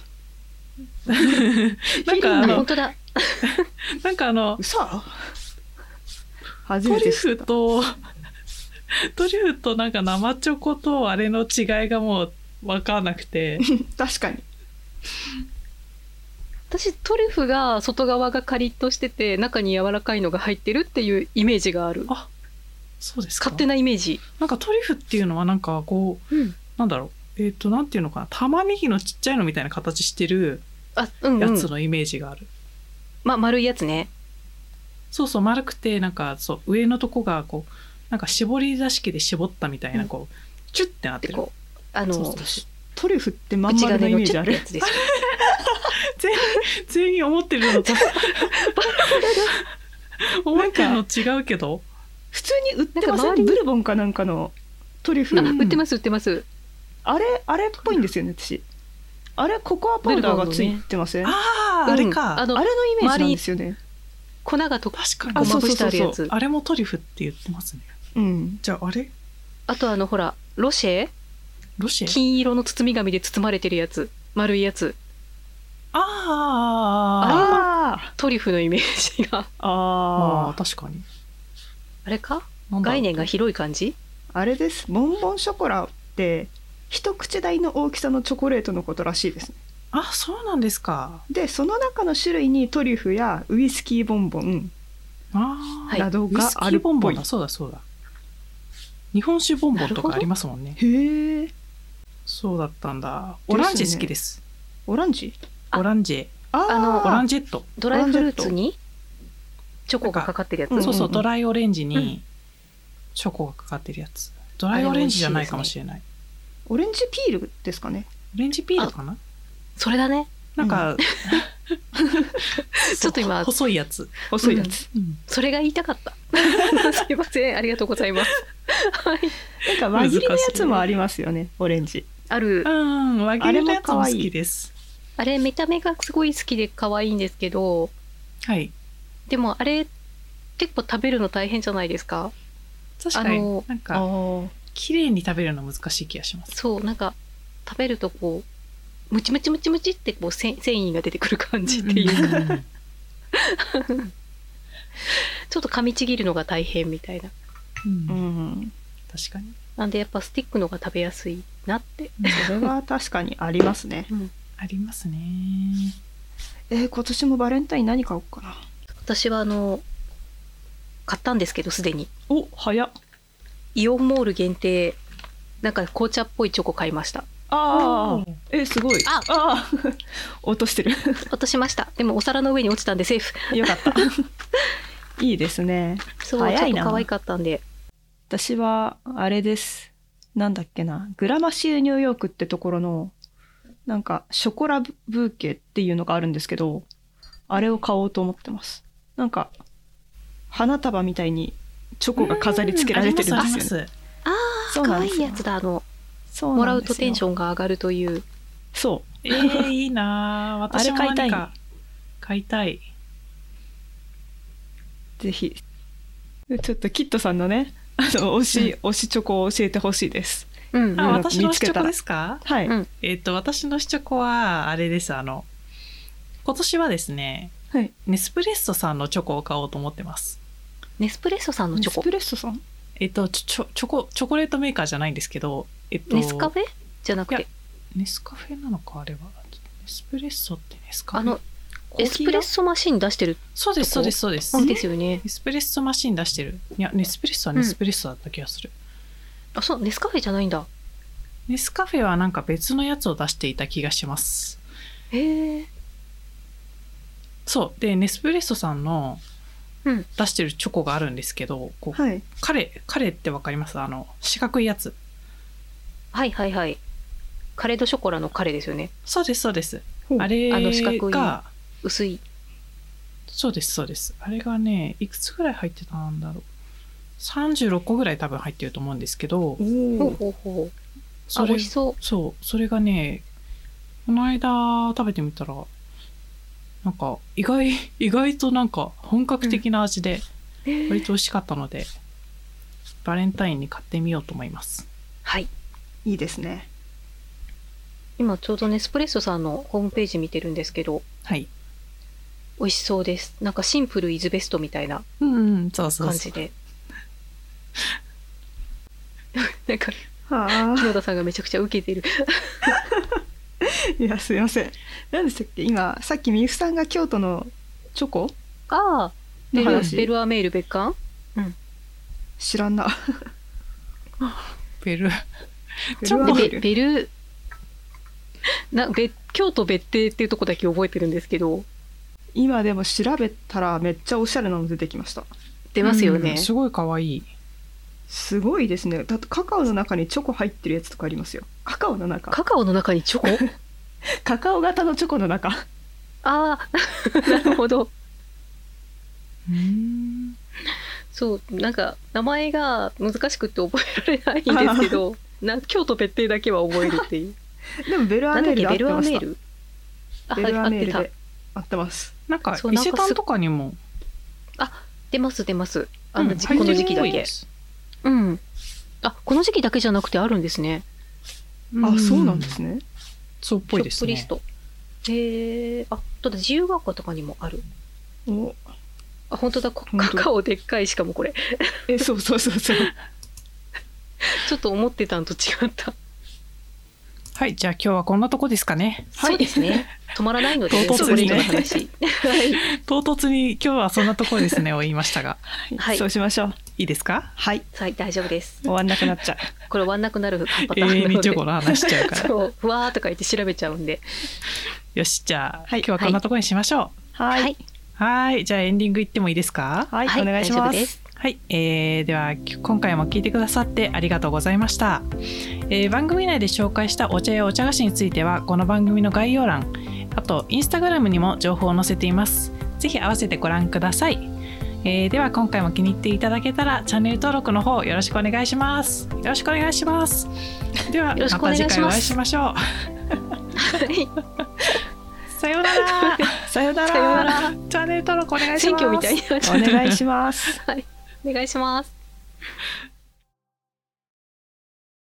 Speaker 3: ゃっ
Speaker 1: なんか
Speaker 2: あ
Speaker 1: あ
Speaker 2: 本
Speaker 1: の
Speaker 2: 当だ
Speaker 1: なんかあの
Speaker 3: た嘘初
Speaker 1: ト
Speaker 3: め
Speaker 1: リ
Speaker 3: て
Speaker 1: ュ
Speaker 3: 知っ
Speaker 1: フ
Speaker 3: た
Speaker 1: と トリュフとなんか生チョコとあれの違いがもう分かんなくて
Speaker 3: 確かに
Speaker 2: 私トリュフが外側がカリッとしてて中に柔らかいのが入ってるっていうイメージがある
Speaker 1: あそうですか
Speaker 2: 勝手なイメージ、
Speaker 1: なんかトリュフっていうのはなんかこうなんだろうえっ、となんていうのかな玉ねぎのちっちゃいのみたいな形してる
Speaker 2: あうんう
Speaker 1: や
Speaker 2: ん
Speaker 1: つのイメージがある、
Speaker 2: ま丸いやつね
Speaker 1: そうそう丸くてなんかそう上のとこがこうなんか絞り出し器で絞ったみたいなこう、チュッてなって
Speaker 2: で
Speaker 1: る
Speaker 2: こうあの
Speaker 1: そうそうそう
Speaker 3: トリュフってまん
Speaker 2: 内
Speaker 3: 丸の
Speaker 2: 金
Speaker 3: イ
Speaker 2: の
Speaker 3: メー
Speaker 2: チ
Speaker 3: ジ
Speaker 2: ュ
Speaker 3: あ
Speaker 2: ッて
Speaker 3: る
Speaker 2: やつですよ
Speaker 1: 全員全員思ってる のと思ってるの違うけど
Speaker 3: 普通に売ってま
Speaker 2: なんか
Speaker 3: せ
Speaker 2: 周
Speaker 3: ん
Speaker 2: りに
Speaker 3: ブルボンかなんかのトリュフ
Speaker 2: あ
Speaker 1: うん
Speaker 2: 売ってます売ってます
Speaker 3: あれあれっぽいんですよね私あれココアパウダーがついてません、
Speaker 1: あ
Speaker 2: う
Speaker 1: あ
Speaker 2: ん
Speaker 1: あれか、
Speaker 2: あ
Speaker 3: あ
Speaker 2: の
Speaker 3: れのイメージなんですよね
Speaker 2: 粉がと
Speaker 1: 確かに
Speaker 2: こ
Speaker 1: あ
Speaker 2: う
Speaker 3: そ
Speaker 2: ま
Speaker 3: う
Speaker 2: ぶしてあるやつあ
Speaker 1: あれもトリュフって言ってますね
Speaker 3: うん
Speaker 1: じゃああれ
Speaker 2: とあのほらロシェ
Speaker 1: ロシェ
Speaker 2: 金色の包み紙で包まれてるやつ丸いやつ
Speaker 1: あーあ
Speaker 3: あ
Speaker 2: トリュフのイメージが
Speaker 3: ああ
Speaker 1: あー確かに
Speaker 2: あれか
Speaker 1: なんだろう
Speaker 2: 概念が広い感じ
Speaker 3: あれですボンボンショコラって一口大の大きさのチョコレートのことらしいですね
Speaker 1: あそうなんですか
Speaker 3: でその中の種類にトリュフやウイスキーボンボン
Speaker 1: ああ、
Speaker 2: はい
Speaker 3: など
Speaker 1: ウイ
Speaker 3: が
Speaker 1: スキ
Speaker 3: ある
Speaker 1: ー
Speaker 3: っ
Speaker 1: ボンボ
Speaker 3: ぽ
Speaker 1: ン
Speaker 3: い、
Speaker 1: だそうだそうだ日本酒ボンボンとかありますもんね
Speaker 3: へえ
Speaker 1: そうだったんだ
Speaker 3: ですよ
Speaker 1: オ
Speaker 3: ね
Speaker 1: ランジェ好きです
Speaker 3: オランジ
Speaker 2: あ
Speaker 1: オランジェ
Speaker 3: あー
Speaker 2: あの
Speaker 1: オランジェット
Speaker 2: ドライフルーツにチョコがかかってるやつ、
Speaker 3: なんか
Speaker 1: そうそう
Speaker 3: うん
Speaker 1: ドライオレンジ
Speaker 2: う
Speaker 1: にチョコがかかってるやつドライオレンジじゃないかもしれない
Speaker 3: オレンジピールですかね
Speaker 1: オレンジピールかな
Speaker 2: それだね
Speaker 1: なんか
Speaker 2: ちょっと今
Speaker 1: 細いやつ
Speaker 3: 細いやつ、
Speaker 1: うん
Speaker 2: それが言いたかった。すいません、ありがとうございます。はい、
Speaker 3: なんか紛れのやつもあります よねオレンジ
Speaker 2: ある
Speaker 1: うん、和牛のやつも
Speaker 3: あれも可
Speaker 1: 好
Speaker 3: 愛い
Speaker 1: きです。
Speaker 2: あれ見た目がすごい好きで可愛いんですけど
Speaker 1: はい。
Speaker 2: でもあれ結構食べるの大変じゃないですか
Speaker 1: 確か
Speaker 2: あの
Speaker 1: に、なんか、
Speaker 3: ー
Speaker 1: 綺麗に食べるの難しい気がします。
Speaker 2: そうなんか食べるとこうムチムチムチムチってこうせん繊維が出てくる感じっていうか、
Speaker 1: うんうん
Speaker 2: ちょっと噛みちぎるのが大変みたいな
Speaker 1: うん
Speaker 3: う
Speaker 1: うん
Speaker 3: ん
Speaker 1: 確かに。
Speaker 2: なんでやっぱスティックのが食べやすいなって
Speaker 3: それは確かにありますね
Speaker 1: ありますね。
Speaker 3: えー今年もバレンタイン何買おうかな
Speaker 2: 私はあの買ったんですけどすでに
Speaker 3: お早っ
Speaker 2: イオンモール限定なんか紅茶っぽいチョコ買いました
Speaker 3: ああ
Speaker 1: ー
Speaker 3: えーすごい
Speaker 2: あ
Speaker 3: あー 落としてる
Speaker 2: 落としましたでもお皿の上に落ちたんでセーフ
Speaker 3: よかった いいですね
Speaker 2: そう
Speaker 3: 早い
Speaker 2: ちょ
Speaker 3: な
Speaker 2: っと可愛かったんで
Speaker 3: 私はあれですなんだっけなグラマシーニューヨークってところのなんかショコラブーケっていうのがあるんですけどあれを買おうと思ってますなんか花束みたいにチョコが飾り付けられてるん
Speaker 1: あ
Speaker 3: で
Speaker 1: り
Speaker 3: す
Speaker 1: ます。あり
Speaker 3: よね
Speaker 1: ます
Speaker 2: あ
Speaker 3: そ
Speaker 2: あ
Speaker 3: う
Speaker 2: 可
Speaker 3: なん
Speaker 2: 愛
Speaker 3: です
Speaker 2: い
Speaker 3: よ
Speaker 2: やつだあの
Speaker 3: そう
Speaker 2: も
Speaker 3: な
Speaker 2: ら
Speaker 3: ん
Speaker 2: う
Speaker 3: で
Speaker 2: と
Speaker 3: す
Speaker 2: テ
Speaker 3: よ
Speaker 2: ンションが上がるという
Speaker 3: そ
Speaker 1: えー、いいなあ私も
Speaker 3: あれ買いた
Speaker 1: 何
Speaker 3: い
Speaker 1: か買いたい。
Speaker 3: うぜひちょっとキットさんのねあの推し、推しチョコを教えてほしいです
Speaker 2: うんうん
Speaker 1: あ、
Speaker 3: ん
Speaker 1: 私の
Speaker 3: 見
Speaker 1: 試
Speaker 3: つけた
Speaker 1: 食ですか
Speaker 3: はい、
Speaker 2: うん
Speaker 1: えっ、と、私の試食は、あれです。あの、今年はですね、
Speaker 3: はい
Speaker 1: ネスプレッソさんのチョコを買おうと思ってます。
Speaker 2: ネスプレッソさんの
Speaker 3: ネ
Speaker 2: チョ
Speaker 3: ス
Speaker 2: コ
Speaker 3: プレッソさん
Speaker 1: えっ、と、ちょ、ちょ、チョコ、チョコレートメーカーじゃないんですけど、えっ、と、
Speaker 2: ネスカフェじゃなく
Speaker 1: い
Speaker 2: て
Speaker 1: やネスカフェなのか、あれは。ネスプレッソってネスカ
Speaker 2: あ
Speaker 1: フェ
Speaker 2: の
Speaker 1: コー
Speaker 2: エ
Speaker 1: ヒ
Speaker 2: ス
Speaker 1: ー
Speaker 2: プレ
Speaker 1: だ
Speaker 2: ッソマシン出してる
Speaker 1: そうです、そうです、そうです。
Speaker 2: んですよね
Speaker 1: ネスプレッソマシン出してる。いや、ネスプレッソはネスプレッソだった気がする。
Speaker 2: あそうネスカフェじゃないんだ
Speaker 1: ネスカフェはなんか別のやつを出していた気がします。
Speaker 2: へえ
Speaker 1: そう。で、ネスプレッソさんの
Speaker 2: うん
Speaker 1: 出してるチョコがあるんですけど、こう
Speaker 3: はい
Speaker 1: カレー、カレーってわかりますあの、四角いやつ。
Speaker 2: はいはいはいカレードショコラのカレーですよね
Speaker 1: そうです、そうです。
Speaker 3: ほう
Speaker 1: あれ
Speaker 2: あの四角い
Speaker 1: が、
Speaker 2: 薄い
Speaker 1: そうです、そうです。あれがね、いくつぐらい入ってたんだろう。36個ぐらい多分入ってると思うんですけど
Speaker 3: お、
Speaker 2: ほう
Speaker 3: お
Speaker 2: ほうほうあ
Speaker 1: そ
Speaker 2: 美
Speaker 1: れ
Speaker 2: 味しそう
Speaker 1: そう、それがね、この間食べてみたら、なんか意外、 意外となんか本格的な味で、割と美味しかったので、バレンタインに買ってみようと思います。
Speaker 2: はい
Speaker 3: いいですね
Speaker 2: 今ちょうどネスプレッソさんのホームページ見てるんですけど
Speaker 1: はい。
Speaker 2: 美味しそうですなんかシンプルイズベストみたいな
Speaker 1: うんうん、そうそう
Speaker 2: 感
Speaker 1: そ
Speaker 2: じ
Speaker 1: う。
Speaker 2: でなんか
Speaker 3: は
Speaker 2: 篠田さんがめちゃくちゃ受けてる
Speaker 3: いやすいません何でしたっけ今さっきみゆふさんが京都のチョコ
Speaker 2: ああ
Speaker 3: の
Speaker 2: ベル
Speaker 3: 話
Speaker 2: ベルアメール別館
Speaker 3: 知らんな
Speaker 1: ベル。
Speaker 3: チ
Speaker 1: チョコ
Speaker 2: で
Speaker 1: あ
Speaker 2: ベベルなべ京都別邸っていうとこだけ覚えてるんですけど
Speaker 3: 今でも調べたらめっちゃおしゃれなの出てきました
Speaker 2: 出ますよね、
Speaker 1: うんすごい可愛い。
Speaker 3: すごいですねだってカカオの中にチョコ入ってるやつとかありますよカカオの中
Speaker 2: カカオの中にチョコ
Speaker 3: カカオ型のチョコの中
Speaker 2: ああなるほど
Speaker 1: うん。
Speaker 2: そうなんか名前が難しくって覚えられないんですけどな京都別邸だけは覚えるっていう
Speaker 3: でもベルア
Speaker 2: なん
Speaker 3: メ
Speaker 2: だ
Speaker 3: ー
Speaker 2: っ
Speaker 3: ル
Speaker 2: け
Speaker 3: で合
Speaker 2: ベ
Speaker 3: って
Speaker 2: ルア
Speaker 3: ま
Speaker 2: メ
Speaker 3: し
Speaker 2: ールあ
Speaker 3: たベルアメー
Speaker 2: あ
Speaker 3: ル
Speaker 2: 合って
Speaker 3: で合ってます
Speaker 1: なんか
Speaker 2: そう
Speaker 1: 伊
Speaker 2: なんか
Speaker 1: 勢丹とかにも、
Speaker 2: た出ます出ますあの、
Speaker 1: うん
Speaker 2: じ
Speaker 1: 入
Speaker 2: こ
Speaker 1: って
Speaker 2: の
Speaker 1: る
Speaker 2: 時
Speaker 1: っ
Speaker 2: 期
Speaker 1: ぽ
Speaker 2: だ
Speaker 1: い
Speaker 2: け
Speaker 1: です
Speaker 2: うんあこの時期だけじゃなくてあるんですね
Speaker 3: あそうなんです。ね
Speaker 1: そうっぽいです
Speaker 2: ショッ
Speaker 1: ね。
Speaker 2: プリストへえあただ自由学校とかにもある
Speaker 3: お
Speaker 2: あ本当だこ
Speaker 3: 本当
Speaker 2: カカオでっかいしかもこれ
Speaker 3: えそうそうそうそう
Speaker 2: ちょっと思ってたんと違った。
Speaker 1: はい、じゃあ今日はこんなとこですかね。
Speaker 3: はい
Speaker 2: そうですね。止まらないので、
Speaker 1: 唐突
Speaker 2: それ以上の
Speaker 3: ですね
Speaker 2: 話。はい。
Speaker 1: 唐突に今日はそんなところですね を言いましたが
Speaker 2: はい
Speaker 3: そうしましょう
Speaker 1: いいですか
Speaker 3: はい
Speaker 2: はい、大丈夫です。
Speaker 3: 終わんなくなっちゃう
Speaker 2: これ終わんなくなるパ
Speaker 1: 永
Speaker 2: ターンなので。
Speaker 1: 遠にチョコの話しちゃうから
Speaker 2: そう、ふわーとか言って調べちゃうんで。
Speaker 1: よしじゃあ、
Speaker 3: はい
Speaker 1: 今日はこんなところにしましょう
Speaker 3: はいはい、
Speaker 1: はいじゃあエンディングいってもいいですか
Speaker 3: はいお願いし
Speaker 2: 大丈夫
Speaker 3: ま
Speaker 2: ですす。
Speaker 1: はい、えーではき今回も聞いてくださってありがとうございました、えー番組内で紹介したお茶やお茶菓子についてはこの番組の概要欄あとインスタグラムにも情報を載せていますぜひ合わせてご覧くださいえーでは今回も気に入っていただけたらチャンネル登録の方よろしくお願いしますよろしくお願いしますでは
Speaker 2: よろし
Speaker 1: ま
Speaker 2: くお願
Speaker 1: た
Speaker 2: いし
Speaker 1: 次回
Speaker 2: ます
Speaker 1: お会いしましょ
Speaker 2: は
Speaker 1: うさようなら
Speaker 3: さよ な
Speaker 2: さよな
Speaker 3: ら。
Speaker 2: ら
Speaker 1: チャンネル登録お願いします
Speaker 2: い選挙みたいになっちゃ
Speaker 3: お
Speaker 2: っ
Speaker 3: 願いします。
Speaker 2: たお願いします